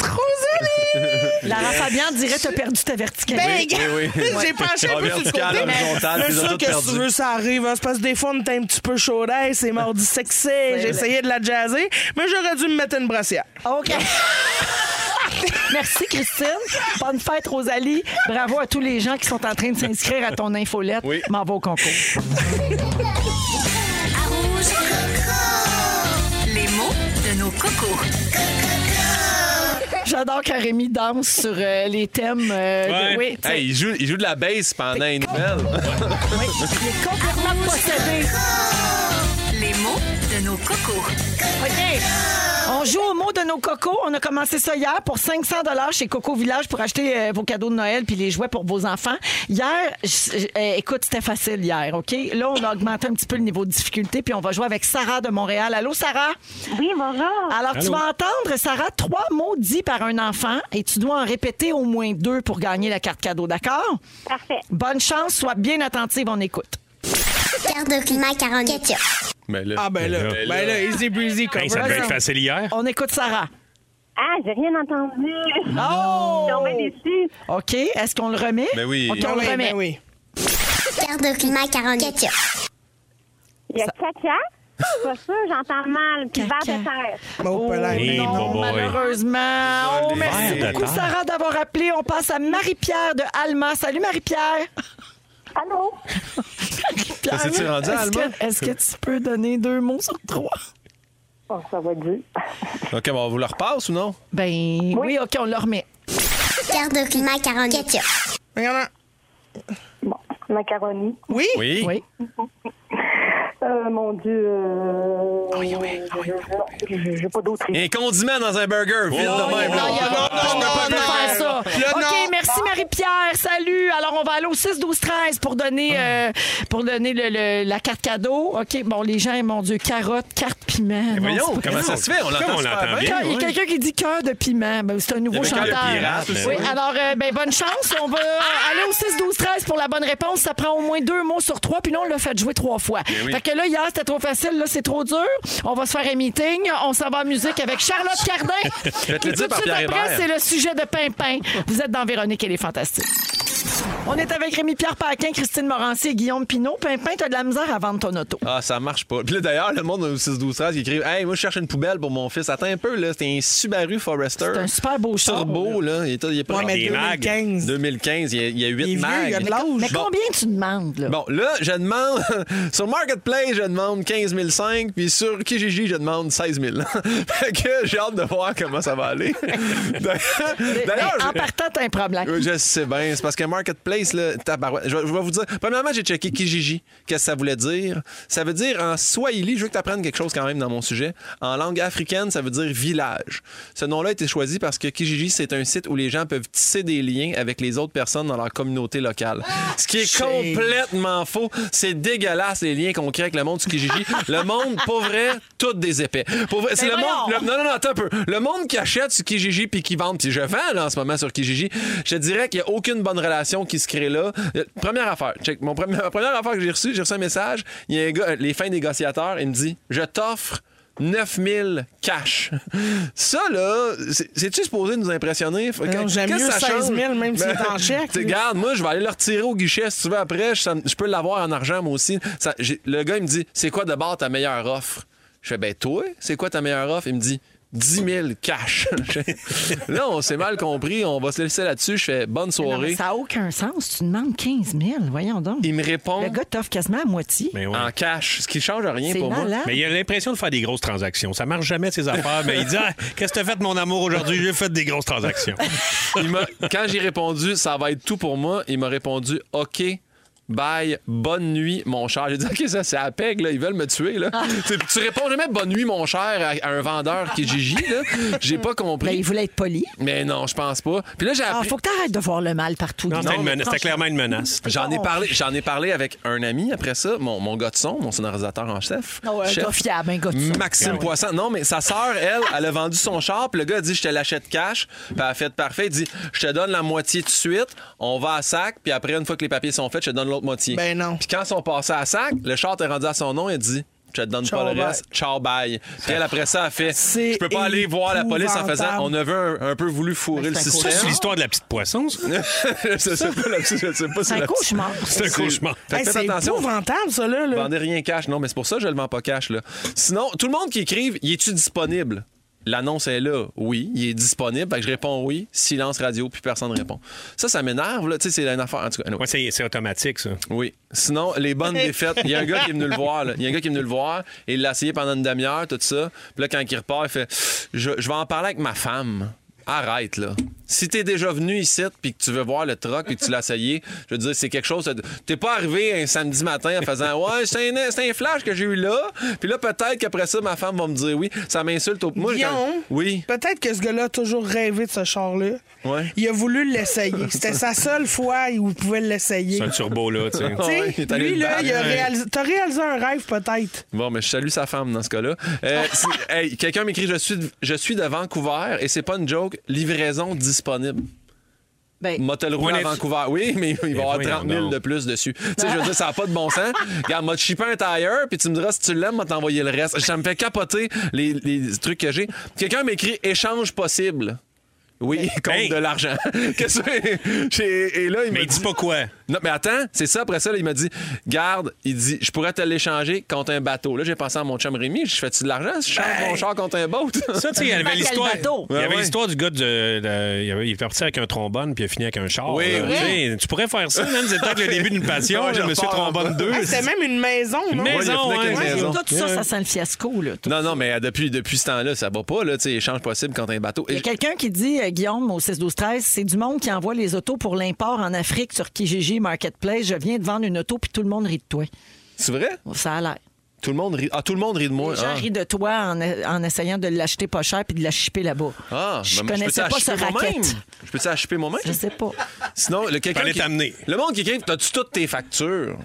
Rosalie. Lara Fabian dirait t'as perdu ta verticalité. Ben, j'ai penché un En peu sur le vertical, côté. horizontal, Mais ils ont sûr tout que si perdu. tu veux, ça arrive. hein. C'est parce que des fois, on est un petit peu chaud d'ail, c'est mardi sexy. J'ai essayé de la jazzer, mais j'aurais dû me mettre une brassière. OK. Merci, Christine. Bonne fête, Rosalie. Bravo à tous les gens qui sont en train de s'inscrire à ton infolette. Oui. M'en va au concours. À Rouge. Les mots de nos cocos. J'adore quand Rémi danse sur euh, les thèmes. euh, de- Ouais. oui, tu sais, Hey, il, joue, il joue de la bass pendant une nouvelle. oui. Il est complètement possédé. Les mots de nos cocos. OK. On joue au mot de nos cocos. On a commencé ça hier pour 500 chez Coco Village pour acheter euh, vos cadeaux de Noël puis les jouets pour vos enfants. Hier, je- je- euh, écoute, c'était facile hier, OK? Là, on a augmenté un petit peu le niveau de difficulté puis on va jouer avec Sarah de Montréal. Allô, Sarah? Oui, bonjour. Alors, tu Allô? vas entendre, Sarah, trois mots dits par un enfant et tu dois en répéter au moins deux pour gagner la carte cadeau, d'accord? Parfait. Bonne chance, sois bien attentive, on écoute. Cœur de climat 44. Mais là, Ah, ben là, ben là, easy breezy, comme Hey, ça Ben devait être facile hier. On écoute Sarah. Ah, j'ai rien entendu. Oh! Non, mais déçu. OK, est-ce qu'on le remet? Ben oui. OK, on oui, le remet. ben oui. Cœur de climat 44. Il y a caca. C'est pas ça, j'entends mal. Puis Caca. verre de terre. Bon, Oh, là, Hey, non, bon boy. malheureusement. Oh, merci Verre de beaucoup, terre. Sarah, d'avoir appelé. On passe à Marie-Pierre de Alma. Salut, Marie-Pierre. Allô? Pierre, s'est-tu rendu à est-ce que- Alma? Est-ce que tu peux donner deux mots sur trois? Oh, ça va dire. OK, bon, on vous le repasse ou non? Ben oui, OK, on le remet. Cœur de climat 44. Regarde, Bon, macaroni. oui? Oui. Oui. Euh, mon Dieu. Euh... Ah Oui, oui, oui. J'ai pas d'autre idée. Un condiment dans un burger, vite de même. Oh, Non, là. il y a Oh, Non, non, pas le non, droit de non, faire ça. non. OK, merci Marie-Pierre. Salut. Alors, on va aller au 6, 12, 13 pour donner, euh, pour donner le- le- la carte cadeau. OK, bon, les gens, mon Dieu, carotte, carte Eh piment. Non, c'est Voyons, pas comment vrai. ça se fait? On Comment l'entend on super l'entend bien. bien? Il y a quelqu'un qui dit cœur de piment. Ben, c'est un nouveau Il y avait chanteur. cœur de pirate, mais oui, oui. alors, euh, ben, bonne chance. On va aller au 6, 12, 13 pour la bonne réponse. Ça prend au moins deux mots sur trois, puis là, on l'a fait jouer trois fois. Ben oui. Fait que là, hier, c'était trop facile. Là, c'est trop dur. On va se faire un meeting. On s'en va en musique avec Charlotte Cardin. vais te le Et dire tout de par suite Pierre après, Hébert. c'est le sujet de Pimpin. Vous êtes dans Véronique, elle est fantastique. On est avec Rémi-Pierre Paquin, Christine Morancier et Guillaume Pinault. Pimpin, t'as de la misère à vendre ton auto. Ah, ça marche pas. Puis là, d'ailleurs, le monde au 6-12-13 qui écrit Hey, moi, je cherche une poubelle pour mon fils. Attends un peu, là. C'était un Subaru Forester. C'est un super beau char, Turbo, là. Il est, il est pas Ouais, mais Des mags. 2015. 2015, il y a, il y a 8 Il est vieux, mags. il y a de l'âge. Mais Bon. combien tu demandes, là? Bon, là, je demande. sur Marketplace, je demande 15 005, puis sur Kijiji, je demande 16 000. fait que j'ai hâte de voir comment ça va aller. D'ailleurs, Mais- d'ailleurs, mais en Ben je- partant, t'as un problème. Oui, Euh, je sais bien. C'est parce que Marketplace, là, tabarouette. Je, vais- je vais vous dire. Premièrement, j'ai checké Kijiji. Qu'est-ce que ça voulait dire? Ça veut dire en Swahili, je veux que tu apprennes quelque chose quand même dans mon sujet. En langue africaine, ça veut dire village. Ce nom-là a été choisi parce que Kijiji, c'est un site où les gens peuvent tisser des liens avec les autres personnes dans leur communauté locale. Ce qui est complètement faux. C'est dégueulasse, les liens qu'on crée avec le monde du Kijiji. le monde, pour vrai, toutes des épais. Pour vrai, c'est Ben le monde. voyons. le- non, non, non, attends un peu. Le monde qui achète sur Kijiji puis qui vend, puis je vends là, en ce moment sur Kijiji, je te dirais qu'il n'y a aucune bonne relation qui qui se crée là. Euh, Première affaire, check. Mon premier- ma première affaire que j'ai reçue, j'ai reçu un message. Il y a un gars, euh, les fins négociateurs, il me dit Je t'offre 9000 cash. Ça, là, c'est- c'est-tu supposé nous impressionner? Fait que- Non, j'aime qu'est-ce mieux que ça change? 16 000, même s'il Ben, est en chèque. tu sais, Garde, moi, je vais aller le retirer au guichet si tu veux après. Je, ça me- je peux l'avoir en argent, moi aussi. Ça- j'ai- le gars, il me dit C'est quoi de bord ta meilleure offre Je fais Ben, toi, c'est quoi ta meilleure offre Il me dit 10 000 cash. Je fais, là, on s'est mal compris. On va se laisser là-dessus. Je fais Bonne Non, soirée. mais ça n'a aucun sens. Tu demandes 15 000. Voyons donc. Il me répond Le gars t'offre quasiment à moitié. Mais Ben ouais. en cash, ce qui change rien C'est pour moi. malade. Mais il a l'impression de faire des grosses transactions. Ça marche jamais, ces affaires. Mais il dit Ah, Qu'est-ce que t'as fait, mon amour, aujourd'hui J'ai fait des grosses transactions. Il m'a- quand j'ai répondu, ça va être tout pour moi, il m'a répondu, OK. Bye, bonne nuit, mon cher. J'ai dit, OK, ça, c'est à PEG, là. Ils veulent me tuer, là. Ah. tu, tu réponds jamais bonne nuit, mon cher, à, à un vendeur qui est Gigi, là. J'ai pas Ben, il compris. voulait être poli. Mais non, je pense pas. Puis là, j'ai Ah, appris. faut que t'arrêtes de voir le mal partout. Non, Guy. c'était une mais menace. C'était clairement une menace. J'en ai Oh. parlé, j'en ai parlé avec un ami après ça, mon, mon gars de son, mon sonorisateur en chef. Ah ouais, un Chef. gars fiable, un gars de son. Maxime Ah ouais. Poisson. Non, mais sa sœur, elle, elle a vendu son char, puis le gars a dit je te l'achète cash, puis elle a fait parfait, il dit je te donne la moitié tout de suite, on va à sac, puis après une fois que les papiers sont faits, je te donne l'autre moitié. Ben non. Puis quand ils sont passés à sac, le char t'est rendu à son nom, il dit je te donne Ciao, pas le bye. reste, ciao bye. Puis elle après ça a fait C'est je peux pas aller voir la police en faisant épouvantable. on avait un, un peu voulu fourrer le Ben, c'est un Ça, c'est système. l'histoire de la petite poisson. ça. je sais pas la- je sais pas si C'est un la- cauchemar. C'est un cauchemar. Fait que Hey, faites c'est attention. épouvantable, ça, là. Je là. vendais rien cash. Non, mais c'est pour ça que je le vends pas cash. Là. Sinon, tout le monde qui écrive, y es-tu disponible? L'annonce est là. Oui, il est disponible. Fait que je réponds oui. Silence radio, puis personne ne répond. Ça, ça m'énerve. là. Tu sais, c'est une affaire. En tout cas, anyway. Ouais, c'est c'est automatique, ça. Oui. Sinon, les bonnes défaites. Il y a un gars qui est venu le voir. là. Il y a un gars qui est venu le voir et il l'a essayé pendant une demi-heure, tout ça. Puis là, quand il repart, il fait Je, je vais en parler avec ma femme. Arrête, là. Si t'es déjà venu ici puis que tu veux voir le truck puis que tu l'as essayé, je veux dire, c'est quelque chose. de- T'es pas arrivé un samedi matin en faisant Ouais, c'est un, c'est un flash que j'ai eu là. Puis là, peut-être qu'après ça, ma femme va me dire oui. Ça m'insulte au. Moi, quand- Guillaume, Oui. peut-être que ce gars-là a toujours rêvé de ce char-là. Ouais. Il a voulu l'essayer. C'était sa seule fois où il pouvait l'essayer. C'est un turbo, là. tu sais. Tu sais, Ouais, il est allé lui, le là, battre. il a Ouais. réalisé... T'as réalisé un rêve, peut-être. Bon, mais je salue sa femme dans ce cas-là. Euh, si- hey, quelqu'un m'écrit je suis, de, je suis de Vancouver et c'est pas une joke, livraison disponible. Ben, Motel roule à Voyons- Vancouver. Oui, mais il va y avoir Ben voyons 30 000 donc. de plus dessus. Tu sais, je veux dire, ça n'a pas de bon sens. Regarde, m'a chipé un tailleur, puis tu me diras si tu l'aimes, m'a t'envoyer le reste. Ça me fait capoter les, les trucs que j'ai. Quelqu'un m'écrit échange possible. Oui, contre Hey. de l'argent. Qu'est-ce que c'est? Et là, il Mais me il dit dit pas quoi. non, mais attends, c'est ça. Après ça, là, il m'a dit Garde, il dit Je pourrais te l'échanger contre un bateau. Là, j'ai pensé à mon chum Rémi. Je fais-tu de l'argent si je change mon char contre un boat Ben, Ça, tu sais, il y Pas avait quel l'histoire. bateau. Il y Ben Ouais, avait ouais. l'histoire du gars de. de- il, avait- il est parti avec un trombone puis il a fini avec un char. Oui, là. oui. Tu sais, Tu pourrais faire ça, man. C'est peut-être le début d'une passion, Ouais, là, je Monsieur repars. Ah, Trombone 2. Hey, C'était même une maison, non? Ouais, il a maison, fini avec hein. une ouais, maison. tout ça, ça sent le fiasco. Là, tout. Non, non, mais euh, depuis, depuis ce temps-là, ça va pas. Là, tu sais, échange possible contre un bateau. Il y a quelqu'un qui dit, euh, Guillaume, au 6-12-13, c'est du monde qui envoie les autos pour l'import en Afrique sur Kijiji Marketplace. Je viens de vendre une auto, puis tout le monde rit de toi. C'est vrai Ça a l'air. Tout le monde rit. Ah, tout le monde rit de moi. Les gens Ah. rient de toi en, en essayant de l'acheter pas cher puis de la chipper là-bas. Ah, je ben, connaissais peux-tu pas ce acheter moi-même? racket. Je peux-tu acheter moi-même? Je sais pas. Sinon, le quelqu'un. Fallait qui- t'amener. Le monde qui écrit T'as-tu toutes tes factures?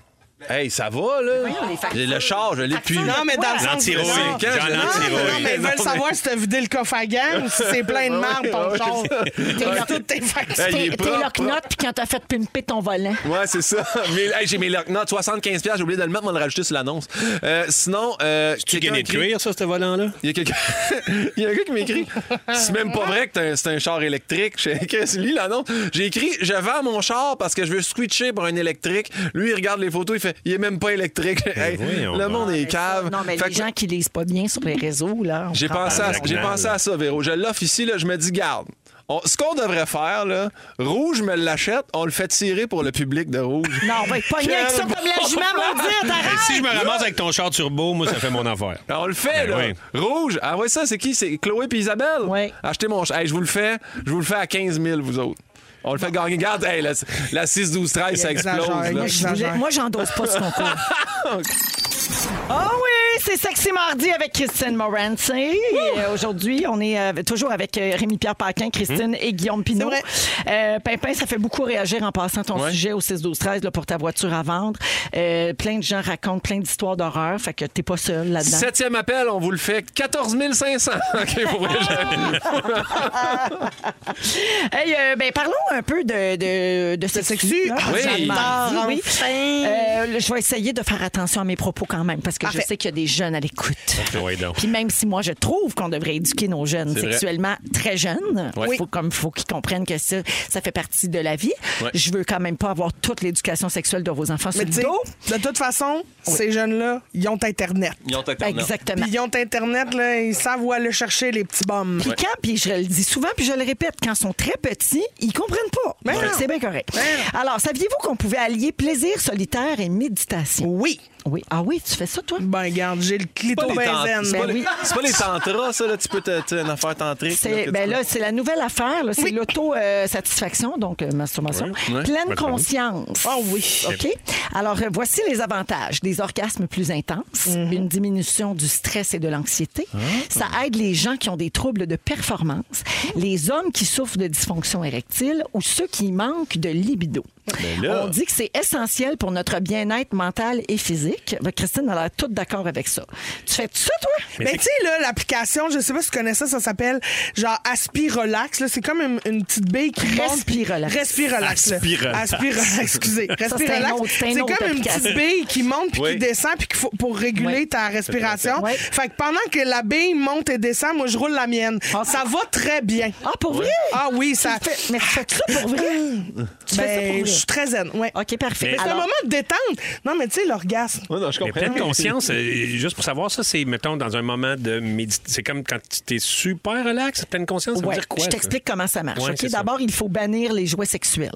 Hey, ça va, là? les factures. J'ai le char, je l'ai depuis. Non, mais dans le sens... L'antirouille. Non, Jean non, l'antirouille. non, mais ils Non, veulent mais- savoir si t'as vidé le coffre à gamme, si c'est plein de marbre, ton char. T'as toutes tes Hey, il factures. est T'es t'es propre. locknote, puis quand t'as fait pimper ton volant. Ouais, c'est ça. Mais, hey, j'ai mes lock notes, 75 j'ai oublié de le mettre, mais on va le rajouter sur l'annonce. Euh, sinon, euh, Tu quelqu'un gagné de écrit- cuir, ça, ce volant-là? Il y a quelqu'un, il y a un gars qui m'écrit. C'est même pas vrai que t'as un- c'est un char électrique. Je fais, Qu'est-ce que lui l'annonce. J'ai écrit, je vends mon char parce que je veux switcher pour un électrique. Lui, il regarde les photos, il fait, il est même pas électrique. Hey, voyons le donc. monde est cave. Non, mais Ah, Fait les que- gens qui lisent pas bien sur les réseaux, là. on j'ai prend pensé, à, Jacques j'ai Nall. pensé à ça, Véro. Je l'offre ici, là, je me dis, garde. on- ce qu'on devrait faire, là, rouge me l'achète, on le fait tirer pour le public de rouge. Non, on va être pogné avec ça Quel comme la jument maudite, Et arrête! si je me ramasse avec ton char turbo, moi, ça fait mon affaire. Alors, on le fait, Ben là. oui. Rouge. Ah ouais, ça, c'est qui? C'est Chloé puis Isabelle? Oui. Achetez mon char. Hey, je vous le fais. Je vous le fais à 15 000, vous autres. On le fait gagner. Regarde, hey, la, la 6, 12, 13, ça Il exagère, explose. là. il Moi, je voulais- Exagère. Moi, j'endosse pas ce concours. oh oui, c'est Sexy Mardi avec Christine Morancy. Et, euh, Aujourd'hui, on est euh, toujours avec Rémi-Pierre Paquin, Christine Hmm. et Guillaume Pinot. Euh, Pimpin, ça fait beaucoup réagir en passant ton Ouais. sujet au 6-12-13 là, pour ta voiture à vendre. Euh, plein de gens racontent plein d'histoires d'horreur, fait que t'es pas seul là-dedans. Septième appel, on vous le fait. 14 500. OK, pour vrai, j'avais- Hey, euh, ben, parlons un peu de, de, de cette sexu. suite-là, Ah parce que oui. j'ai mardi, Tard, oui. enfin. Euh, le- je vais essayer de faire attention à mes propos quand même, parce que je sais qu'il y a des jeunes à l'écoute. Ah, Ouais, donc. Puis même si moi, je trouve qu'on devrait éduquer nos jeunes ben C'est vrai. sexuellement très jeunes, Ouais. faut, comme faut qu'ils comprennent que ça, ça fait partie de la vie. Ouais. Je veux quand même pas avoir toute l'éducation sexuelle de vos enfants Mais sur tu le sais, dos. de toute façon, ces jeunes-là, ils ont Internet. Ils ont Internet. Exactement. Puis ils ont Internet, là, ils savent où aller chercher les petits bombes. Puis quand, puis je le dis souvent, puis je le répète, quand ils sont très petits, ils comprennent pas. Ben Fait que non. C'est bien correct. Ben non. Alors, saviez-vous qu'on pouvait allier plaisir solitaire et méditation? Oui. Oui. Ah oui, tu fais ça, toi? Ben, garde, j'ai le C'est pas, les tant- clito-benzène. c'est pas, Ben les- oui. c'est pas les tantras, ça, là. Tu peux te- te- une affaire tantrique. là, que C'est tu ben peux- là, c'est la nouvelle affaire, là. c'est l'auto-satisfaction, donc euh, masturbation. ouais. Pleine Ouais, très bien. conscience. Ah oui. OK. Alors, euh, voici les avantages. Des orgasmes plus intenses, une diminution du stress et de l'anxiété. Ça aide les gens qui ont des troubles de performance, les hommes qui souffrent de dysfonction érectile ou ceux qui manquent de libido. là- On dit que c'est essentiel pour notre bien-être mental et physique. Ben, Christine a l'air toute d'accord avec ça. Tu fais ça, toi? Mais Ben, tu sais, là, l'application, je sais pas si tu connais ça, ça s'appelle genre Aspirolax. là. C'est comme une, une petite bille qui monte. Respirelax. Respirolax. là. Aspirolax. Aspirolax, excusez. c'est un Respirolax. autre- c'est un C'est autre comme une application. petite bille qui monte puis Oui. qui descend puis qu'il faut, pour réguler Ouais. ta respiration. Ouais. Fait que pendant que la bille monte et descend, moi, je roule la mienne. Ça va très bien. Ah, pour vrai? Ah oui, Tu ça... le fais- mais tu fais ça pour vrai? tu fais ça pour vrai? Ben, je suis très zen, ouais. OK, parfait. Mais c'est un Alors- moment de détente. Non, mais tu sais, l'orgasme. Ouais, non, je Mais comprends. pleine conscience, euh, juste pour savoir ça, c'est, mettons, dans un moment de méditation. C'est comme quand tu es super relax, pleine conscience, ça veut Ouais, dire quoi? je ça? t'explique comment ça marche. Ouais, OK, c'est ça. D'abord, il faut bannir les jouets sexuels.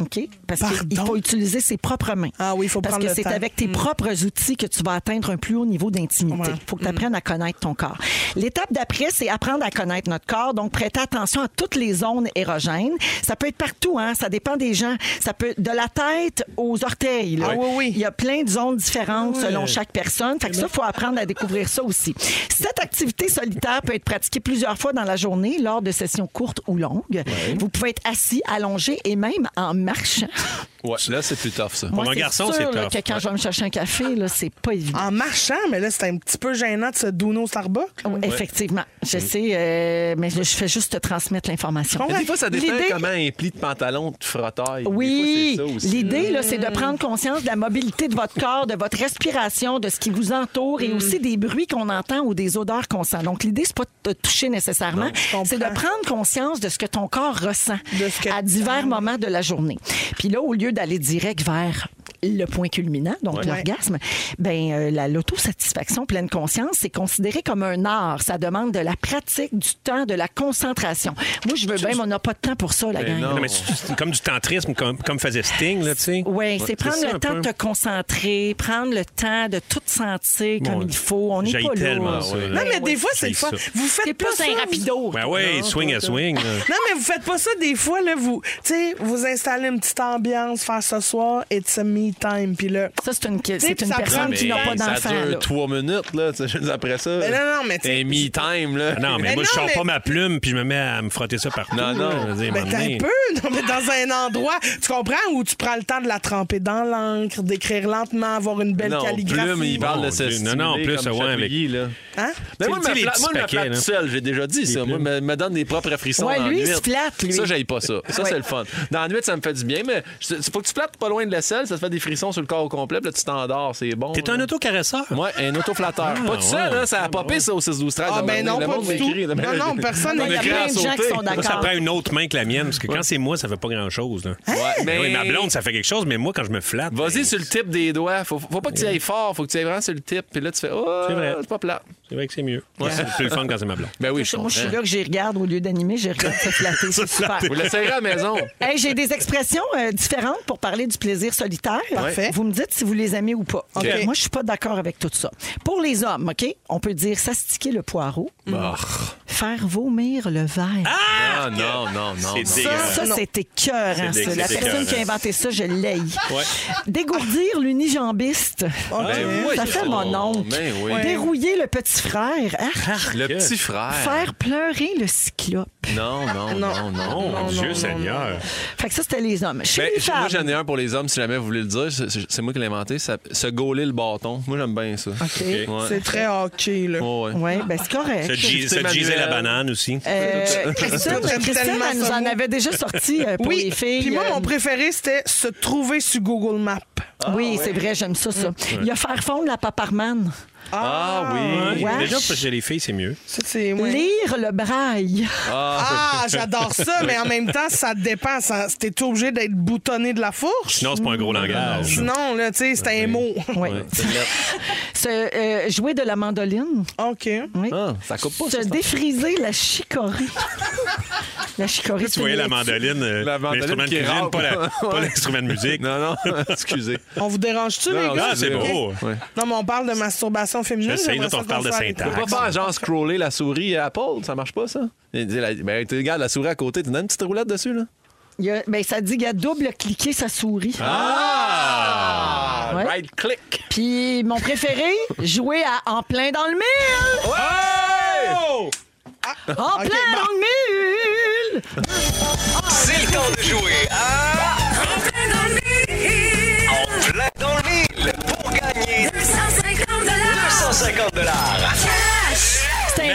OK? Parce qu'il Pardon? faut utiliser ses propres mains. Ah oui, il faut Parce prendre que le c'est temps. avec tes propres outils que tu vas atteindre un plus haut niveau d'intimité. Il Mm. Ouais. Mm. faut que tu apprennes à connaître ton corps. L'étape d'après, c'est apprendre à connaître notre corps. Donc, prêter attention à toutes les zones érogènes. Ça peut être partout, hein? Ça dépend des gens. Ça peut de la tête aux orteils. là. Ah oui, oui. Il y a plein de zones différentes selon chaque personne. Fait que ça, faut apprendre à découvrir ça aussi. Cette activité solitaire peut être pratiquée plusieurs fois dans la journée lors de sessions courtes ou longues. Vous pouvez être assis, allongé et même en marchant. Ouais, là, c'est plus tough, ça. Moi, un garçon, sûr, c'est là, tough. que quand je vais me chercher un café, là, c'est pas évident. En marchant, mais là, c'est un petit peu gênant de se douner au Starbucks. Ah Oui, Effectivement. Je sais, euh, mais je je fais juste te transmettre l'information. Mais des fois, ça dépend L'idée- comment un pli de pantalon te frottaille. Des Oui, fois, c'est ça aussi. l'idée, là, Mm. c'est de prendre conscience de la mobilité de votre corps, de votre respiration, de ce qui vous entoure Mm. et aussi des bruits qu'on entend ou des odeurs qu'on sent. Donc, l'idée, c'est pas de te toucher nécessairement, comprends. c'est de prendre conscience de ce que ton corps ressent De ce que- à divers moments de la journée. Puis là, au lieu d'aller direct vers le point culminant, donc l'orgasme, ben euh, la- l'autosatisfaction pleine conscience, c'est considéré comme un art. Ça demande de la pratique, du temps, de la concentration. Moi, je veux bien, mais on n'a pas de temps pour ça, la Ben gang. non. Non, mais c'est c'est comme du tantrisme, comme, comme faisait Sting, là, tu sais. Oui, c'est prendre ça, le un temps peu. de te concentrer, prendre le temps de tout sentir comme Mon il faut. On n'est j'haïs pas là. tellement ça, là. Non, mais des fois, c'est J'haïs le fun. ça. Vous faites C'est Ah, pas plus ça. un rapido. Ben oui, swing à swing. là. Non, mais vous faites pas ça des fois, là, vous, tu sais, vous installez une petite ambiance, faire ce soir, it's a me time, puis là. Ça, c'est une, sais, c'est puis une ça personne prend qui n'a du pas temps, d'enfant. Ça là. dure trois minutes, là. tu sais, Après ça. Mais non, non, mais tu Un me-time, là. Non, mais, Mais non, moi, je sors mais- pas ma plume puis je me mets à me frotter ça partout. Non, non. là. Je veux dire, à Ben, un moment t'as donné. un peu, non, mais dans un endroit, tu comprends, où tu prends le temps de la tremper dans l'encre, d'écrire lentement, avoir une belle Non, calligraphie. plume, il parle de Mon se Dieu. Non, non, en stimuler plus, comme ouais, avec- chatouiller, là. Hein? Mais Tu moi, sais, je me les flatte- petits moi, je me paquets, flatte là. tout seul, j'ai déjà dit ça. Moi, me, me donne des propres frissons Ouais, en lui, il nuit. se flatte, lui. Ça, j'aille pas ça. Ça, c'est le fun. Dans la nuit, ça me fait du bien, mais c'est- faut que tu flattes pas loin de la selle, ça te fait des frissons sur le corps au complet, puis là, tu t'endors, c'est bon. T'es un autocaresseur. Ouais, un autoflatteur. pas tout seul, ouais. hein, ça a popé, ça, au 6-12-13. Ah, à un ben moment donné. non, Le pas monde du m'écrit. tout. Non, non, personne On n'a- il y a écrit plein à de gens qui sauter. sont Moi, ça d'accord. prend une autre main que la mienne, parce que quand c'est moi, ça fait pas grand-chose. là. Ben Ouais, mais- Oui, ma blonde, ça fait quelque chose, mais moi, quand je me flatte. ben, Vas-y sur le tip des doigts. Faut, faut pas que tu ailles fort. Faut que tu ailles vraiment sur le tip. Puis là, tu fais. Oh, C'est vrai. c'est pas plat. C'est vrai que c'est mieux. C'est plus le fun quand c'est ma blonde. Ben oui, je Moi, je suis comprends. là que j'y regarde au lieu d'animer, j'y regarde se flatter. C'est super. Vous l'essayerez à la maison. Hey, J'ai des expressions euh, différentes pour parler du plaisir solitaire. Parfait. Vous me dites si vous les aimez ou pas. OK. Moi, je suis pas d'accord avec tout ça. Pour les hommes, OK, on peut dire s'astiquer le poireau, Ah, Faire vomir le verre. Ah, non, non, non. non. Ça, ça c'est écœurant, C'est ça. La c'est personne qui a écœurant. inventé ça, je l'ai. Ouais. Dégourdir l'unijambiste. Ben ça oui, fait oh, mon oncle. ben oui. Dérouiller le petit frère. Arc. Le petit frère. Faire pleurer le cyclope. Non, non, non, non. Oh, Mon Dieu Seigneur. Fait que ça, c'était les hommes. Chez Ben, les j'ai- moi, femmes, j'en ai un pour les hommes, si jamais vous voulez le dire. C'est- C'est c'est moi qui l'ai inventé. Ça, se gauler le bâton. Moi, j'aime bien ça. OK. C'est très hockey, là. ouais. ouais, ben c'est correct. Se gi- se giser la banane aussi. Euh, Christine, Christine, j'aime Christine, tellement elle nous ce en mot. avait déjà sorti euh, pour les Oui, filles. puis moi, Euh, mon préféré, c'était se trouver sur Google Maps. Ah, oui, c'est vrai, j'aime ça, ça. Il y a faire fondre la paparmane. Ah oui. Ouais. Déjà, parce que j'ai les filles, c'est mieux. Ça, c'est... ouais. Lire le braille. Ah, j'adore ça, mais en même temps, ça dépend. Ça, t'es obligé d'être boutonné de la fourche? Sinon, c'est pas un gros langage. Sinon, là, tu sais, c'est un mot. Ouais. Se, euh, jouer de la mandoline. OK. Oui. Ah, ça coupe pas. ça, Se ça. défriser la chicorée. la chicorée, Tu voyais la mandoline, euh, La mandoline l'instrument de qui cuisine, rappe. pas la- pas l'instrument de musique. Non, non, excusez. On vous dérange-tu, Non, les non, gars? Ah, c'est Ok. beau. Ouais. Non, mais on parle de masturbation féminine. Je sais, j'aimerais là, ça on qu'on parle de soit avec- Tu peux pas syntaxe. faire genre scroller la souris à Apple, ça marche pas ça? Il dit, la- Ben, tu regardes la souris à côté, tu donnes une petite roulette dessus là? Il y a- ben, ça dit qu'il y a double cliquer sa souris. Ah! Ouais. Right click! Puis mon préféré, jouer à en plein dans le mille. Ouais! En plein dans le mille. C'est le temps de jouer Ah. à... En plein dans le mille pour gagner 250 C'est un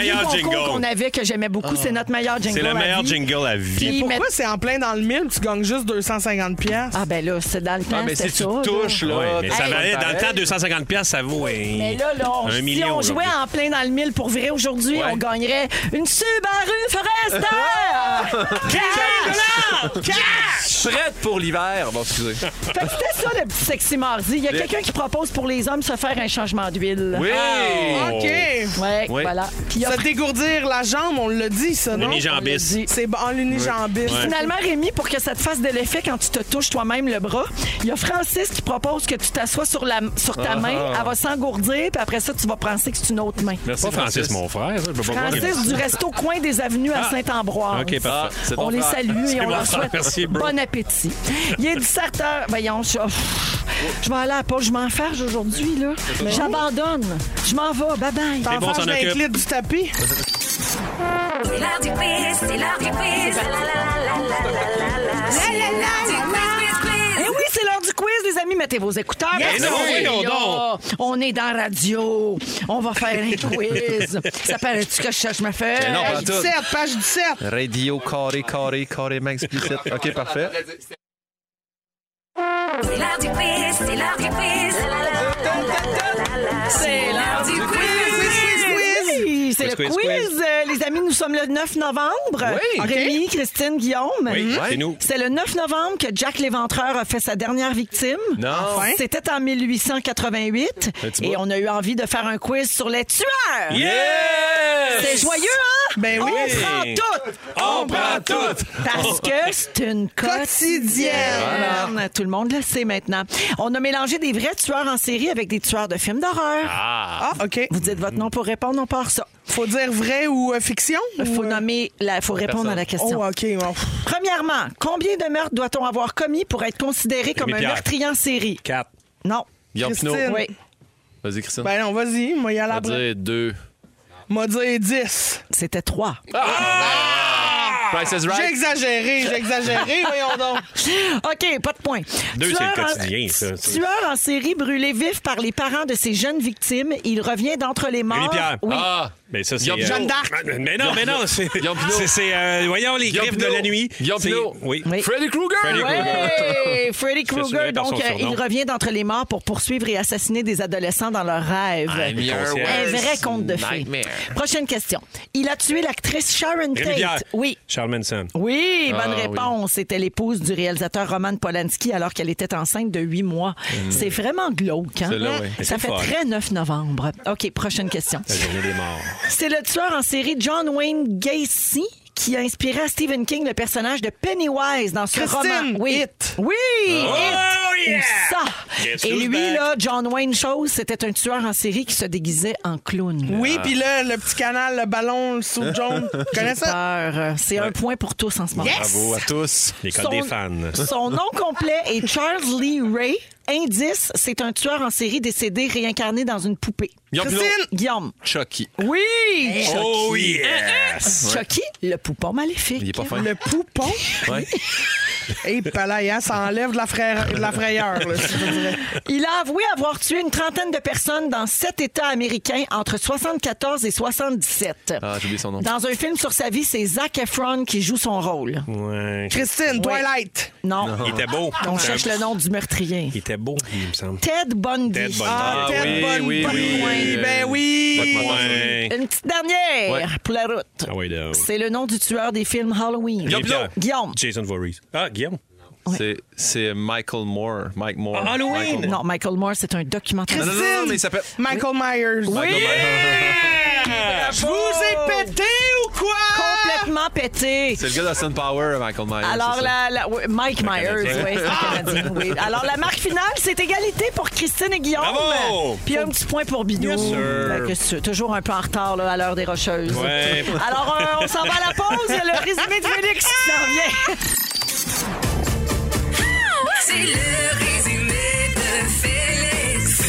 vieux Meilleur concours jingle. qu'on avait que j'aimais beaucoup. C'est notre meilleur jingle. C'est le à meilleur vie. jingle à Puis vie. ils Pourquoi mettent- c'est en plein dans le mille, tu gagnes juste 250 pièces Ah ben là, c'est dans le temps, Ah, mais si c'était tu ça. là. touches là. Ouais, mais ça Hey, valait, dans le temps, pareil. 250 pièces, ça vaut un, Mais là, là, on, un si million. on jouait aujourd'hui. en plein dans le mille pour vrai aujourd'hui, Ouais. on gagnerait une Subaru Forester! Cash! Prête pour l'hiver! Bon, excusez. Fait que c'était ça le petit sexy mardi. Il y a quelqu'un qui propose pour les hommes se faire un changement d'huile. Ah! Oui! Ah, OK. Ouais, Oui. voilà. Puis il y a Se dégourdir la jambe, on l'a dit, ça, non? L'unijambiste. C'est bon, l'unijambiste. Finalement, Rémi, pour que ça te fasse de l'effet quand tu te touches toi-même le bras, il y a Francis qui propose que tu t'assoies sur, la, sur Ah, ta main, elle va s'engourdir, puis après ça, tu vas penser que c'est une autre main. Merci Pas Francis, mon frère. ça, je peux pas croire qu'il- Francis du resto coin des avenues à Saint-Ambroise. OK, Ah, parfait. c'est ton On les frère. salue et C'est on mon leur frère, souhaite merci, bro. bon appétit. Il est 17 h Voyons, je, oh, je vais aller à la pause. Je m'enferge aujourd'hui, là. J'abandonne. Je m'en vais. Bye-bye. bon, Enfin, s'en je vais occupe. inclure du tapis. C'est l'heure du quiz, c'est l'heure du quiz. La la la la la la la la. C'est l'heure du quiz, quiz, Eh quiz. oui, c'est l'heure du quiz, les amis. Mettez vos écouteurs. Yes, Parce oui, que, voyons là, On est dans la radio. On va faire un quiz. Ça paraît-tu que je cherche ma feuille? Mais Ben non, pas Page tout. 17, page 17. Radio carré, carré, carrément explicite. OK, parfait. C'est l'heure du quiz, c'est l'heure du quiz. La la la la la la la. C'est l'heure du quiz. Oui, c'est le quiz. Quiz, quiz, Euh, Les amis, nous sommes le 9 novembre. Oui, OK. Rémi, Christine, Guillaume. Oui, Ouais. c'est nous. C'est le 9 novembre que Jack Léventreur a fait sa dernière victime. Non. Enfin. C'était en 1888. Petit Et bout. on a eu envie de faire un quiz sur les tueurs. Yes! C'est joyeux, hein? Ben oui. On prend tout! On prend tout! Oh. Parce que c'est une quotidienne. Tout le monde le sait maintenant. On a mélangé des vrais tueurs en série avec des tueurs de films d'horreur. Ah, OK. Vous dites votre nom pour répondre, on part ça. Faut dire vrai ou euh, fiction? Il ou, faut euh, nommer, la, faut répondre à la question. Oh, OK. bon. Premièrement, combien de meurtres doit-on avoir commis pour être considéré comme un Pierre. meurtrier en série? Quatre. Non. Guillaume Pinot. Christine. Oui, Vas-y, Christine. Ben non, vas-y, moi y aller On va dire après. deux. M'a dire 10. c'était trois. Price is J'ai right. exagéré, j'ai exagéré, voyons donc. OK, pas de point. Deux, Tueur c'est le en- quotidien, ça. C'est- Tueur en série brûlé vif par les parents de ses jeunes victimes, il revient d'entre les morts. Rémi Pierre. Oui. Ah! Mais ça, c'est. Guillaume euh, Jeanne d'Arc. Mais non, mais non, c'est. Guillaume Pinot. c'est- C'est. euh, Voyons, les Guillaume griffes de Pinot. la nuit. Guillaume C'est- Pinot. Oui. Oui. Freddy Krueger! Freddy Krueger. Ouais! Freddy Krueger, souviens par donc, son euh, il surnom. revient d'entre les morts pour poursuivre et assassiner des adolescents dans leurs rêves. I'm your Ah, Un worst vrai conte de fées. nightmare. Prochaine question. Il a tué l'actrice Sharon Rémi Pierre. Tate. Oui. Charles Manson. Oui, bonne Ah, oui. réponse. C'était l'épouse du réalisateur Roman Polanski alors qu'elle était enceinte de huit mois. C'est vraiment glauque. Hein? Celle-là, oui. Ça C'est fait fort. très 9 novembre. OK, prochaine question. La journée des morts. C'est le tueur en série John Wayne Gacy qui a inspiré à Stephen King le personnage de Pennywise dans ce Christine, roman. Oui, It. oui, Oh, It. yeah! Ou ça. Guess Et who's lui, back? là, John Wayne Chose, c'était un tueur en série qui se déguisait en clown. Oui, puis là, le petit canal, le ballon, le sous jaune. tu connais ça? Peur. C'est un point pour tous en ce moment. Bravo à tous. Les codes des fans. Son nom complet est Charles Lee Ray. Indice, c'est un tueur en série décédé réincarné dans une poupée. Guillaume Pinot. Christine! Guillaume. Chucky. Oui! Oh yes! Chucky, le poupon maléfique. Oh, Il est pas fin. Le poupon. Ouais. Ah Et palais, hein, ça enlève de la, frayeur- de la frayeur. là, si je dirais. Il a avoué avoir tué une trentaine de personnes dans sept États américains entre 74 et 77. Ah, j'ai oublié son nom. Dans un film sur sa vie, c'est Zac Efron qui joue son rôle. Ouais. Christine, Twilight. Non. Il était beau. On C'est cherche un- le nom du meurtrier. Il était beau, il me semble. Ted Bundy. Ted Bundy. Ah, Ah, Ted oui, oui, Bundy. oui, Euh, oui. Ben oui. Ouais. Une petite dernière Ouais. pour la route. Ah oui, là. C'est le nom du tueur des films Halloween. Guillaume Pinot. Guillaume. Jason Voorhees. Ah, Guillaume. C'est- C'est Michael Moore. Mike Moore. Ah, Halloween! Michael Moore. Non, Michael Moore, c'est un documentaire. Non, non, non, non, mais il s'appelle. Michael Myers. Michael Myers. Je vous ai pété ou quoi? Oh. Complètement pété. C'est le gars d'Austin Power, Michael Myers. Alors, c'est ça. la, la- oui, Mike Myers, Canadien. oui, c'est un Canadien, oui. Alors, la marque finale, c'est égalité pour Christine et Guillaume. Bravo! Puis un petit point pour Bidou. Yes, sir. Fait que c'est toujours un peu en retard là, à l'heure des Rocheuses. Ouais. Alors, euh, on s'en va à la pause. Il y a le résumé de Félix qui s'en vient. C'est le résumé de Félix.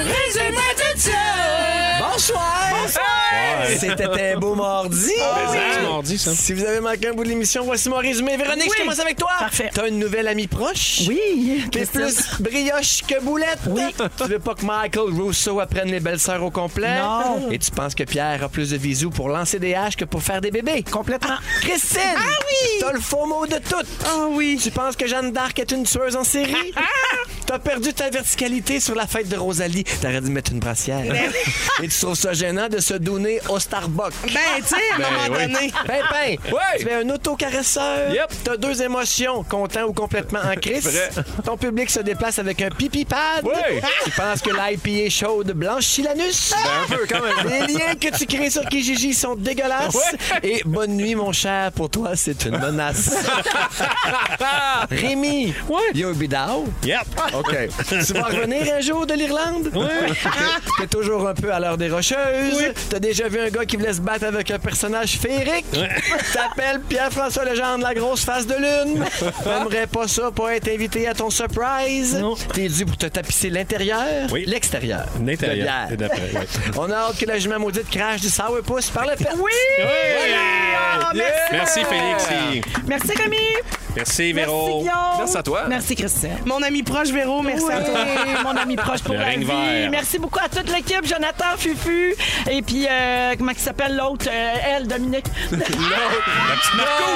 Résumé de ça. Bonsoir! C'était un beau mardi! C'est mardi, ça. Si vous avez manqué un bout de l'émission, voici mon résumé. Véronique, je commence avec toi. Parfait. T'as une nouvelle amie proche. Oui, T'es plus brioche que boulette. Tu veux pas que Michael Rousseau apprenne les belles-sœurs au complet. Non. Et tu penses que Pierre a plus de bisous pour lancer des haches que pour faire des bébés. Complètement. Christine! Ah oui! T'as le faux mot de tout! Ah oui! Ah, Tu penses que Jeanne d'Arc est une tueuse en série? T'as perdu ta verticalité sur la fête de Rosalie. T'aurais dû mettre une brassière. hein? Et tu trouves ça gênant de se donner au Starbucks. Ben, tu sais, à un moment donné. Pimpin! Tu es un autocaresseur. Yep. T'as deux émotions, content ou complètement en crise. Ton public se déplace avec un pipi pad. Tu penses que l'IPA chaude blanchit l'anus. Ben, un peu, quand même. Les liens que tu crées sur Kijiji sont dégueulasses. Et bonne nuit, mon cher. Pour toi, c'est une menace. Rémi, you're bidao. Yep. OK. tu vas revenir un jour de l'Irlande? Oui. T'es toujours un peu à l'heure des rocheuses. T'as déjà vu un gars qui voulait se battre avec un personnage féerique? T'appelles Pierre-François Legendre la grosse face de lune. T'aimerais pas ça pour être invité à ton surprise. T'es dû pour te tapisser l'intérieur, Oui. l'extérieur. Le L'intérieur. bière. C'est d'après, ouais. On a hâte que la jument maudite crache du sourpuss par le pet. Oui! Ah, Voilà! Merci, Félix. Merci, Rémi. Merci, Merci, Véro. Guillaume. Merci à toi. Merci, Christine. Mon ami proche, Véro, merci à toi. Oui, mon ami proche pour Le la ring vie. vert. Merci beaucoup à toute l'équipe, Jonathan, Fufu, et puis euh, comment il s'appelle l'autre, euh, elle, Dominique. La petite Marco.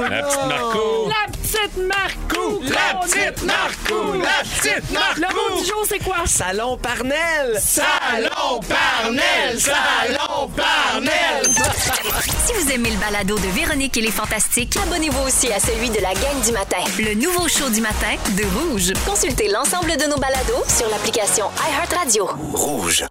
La petite Marco. La petite Marcou! La petite Marco. La petite Marco. Le mot du jour, c'est quoi? Salon Parnell! Salon Parnell. Salon Parnell. Si vous aimez le balado de Véronique et les Fantastiques, abonnez-vous aussi à celui de la gang du matin. Le nouveau show du matin de Rouge. Consultez l'ensemble de nos balados sur l'application iHeartRadio.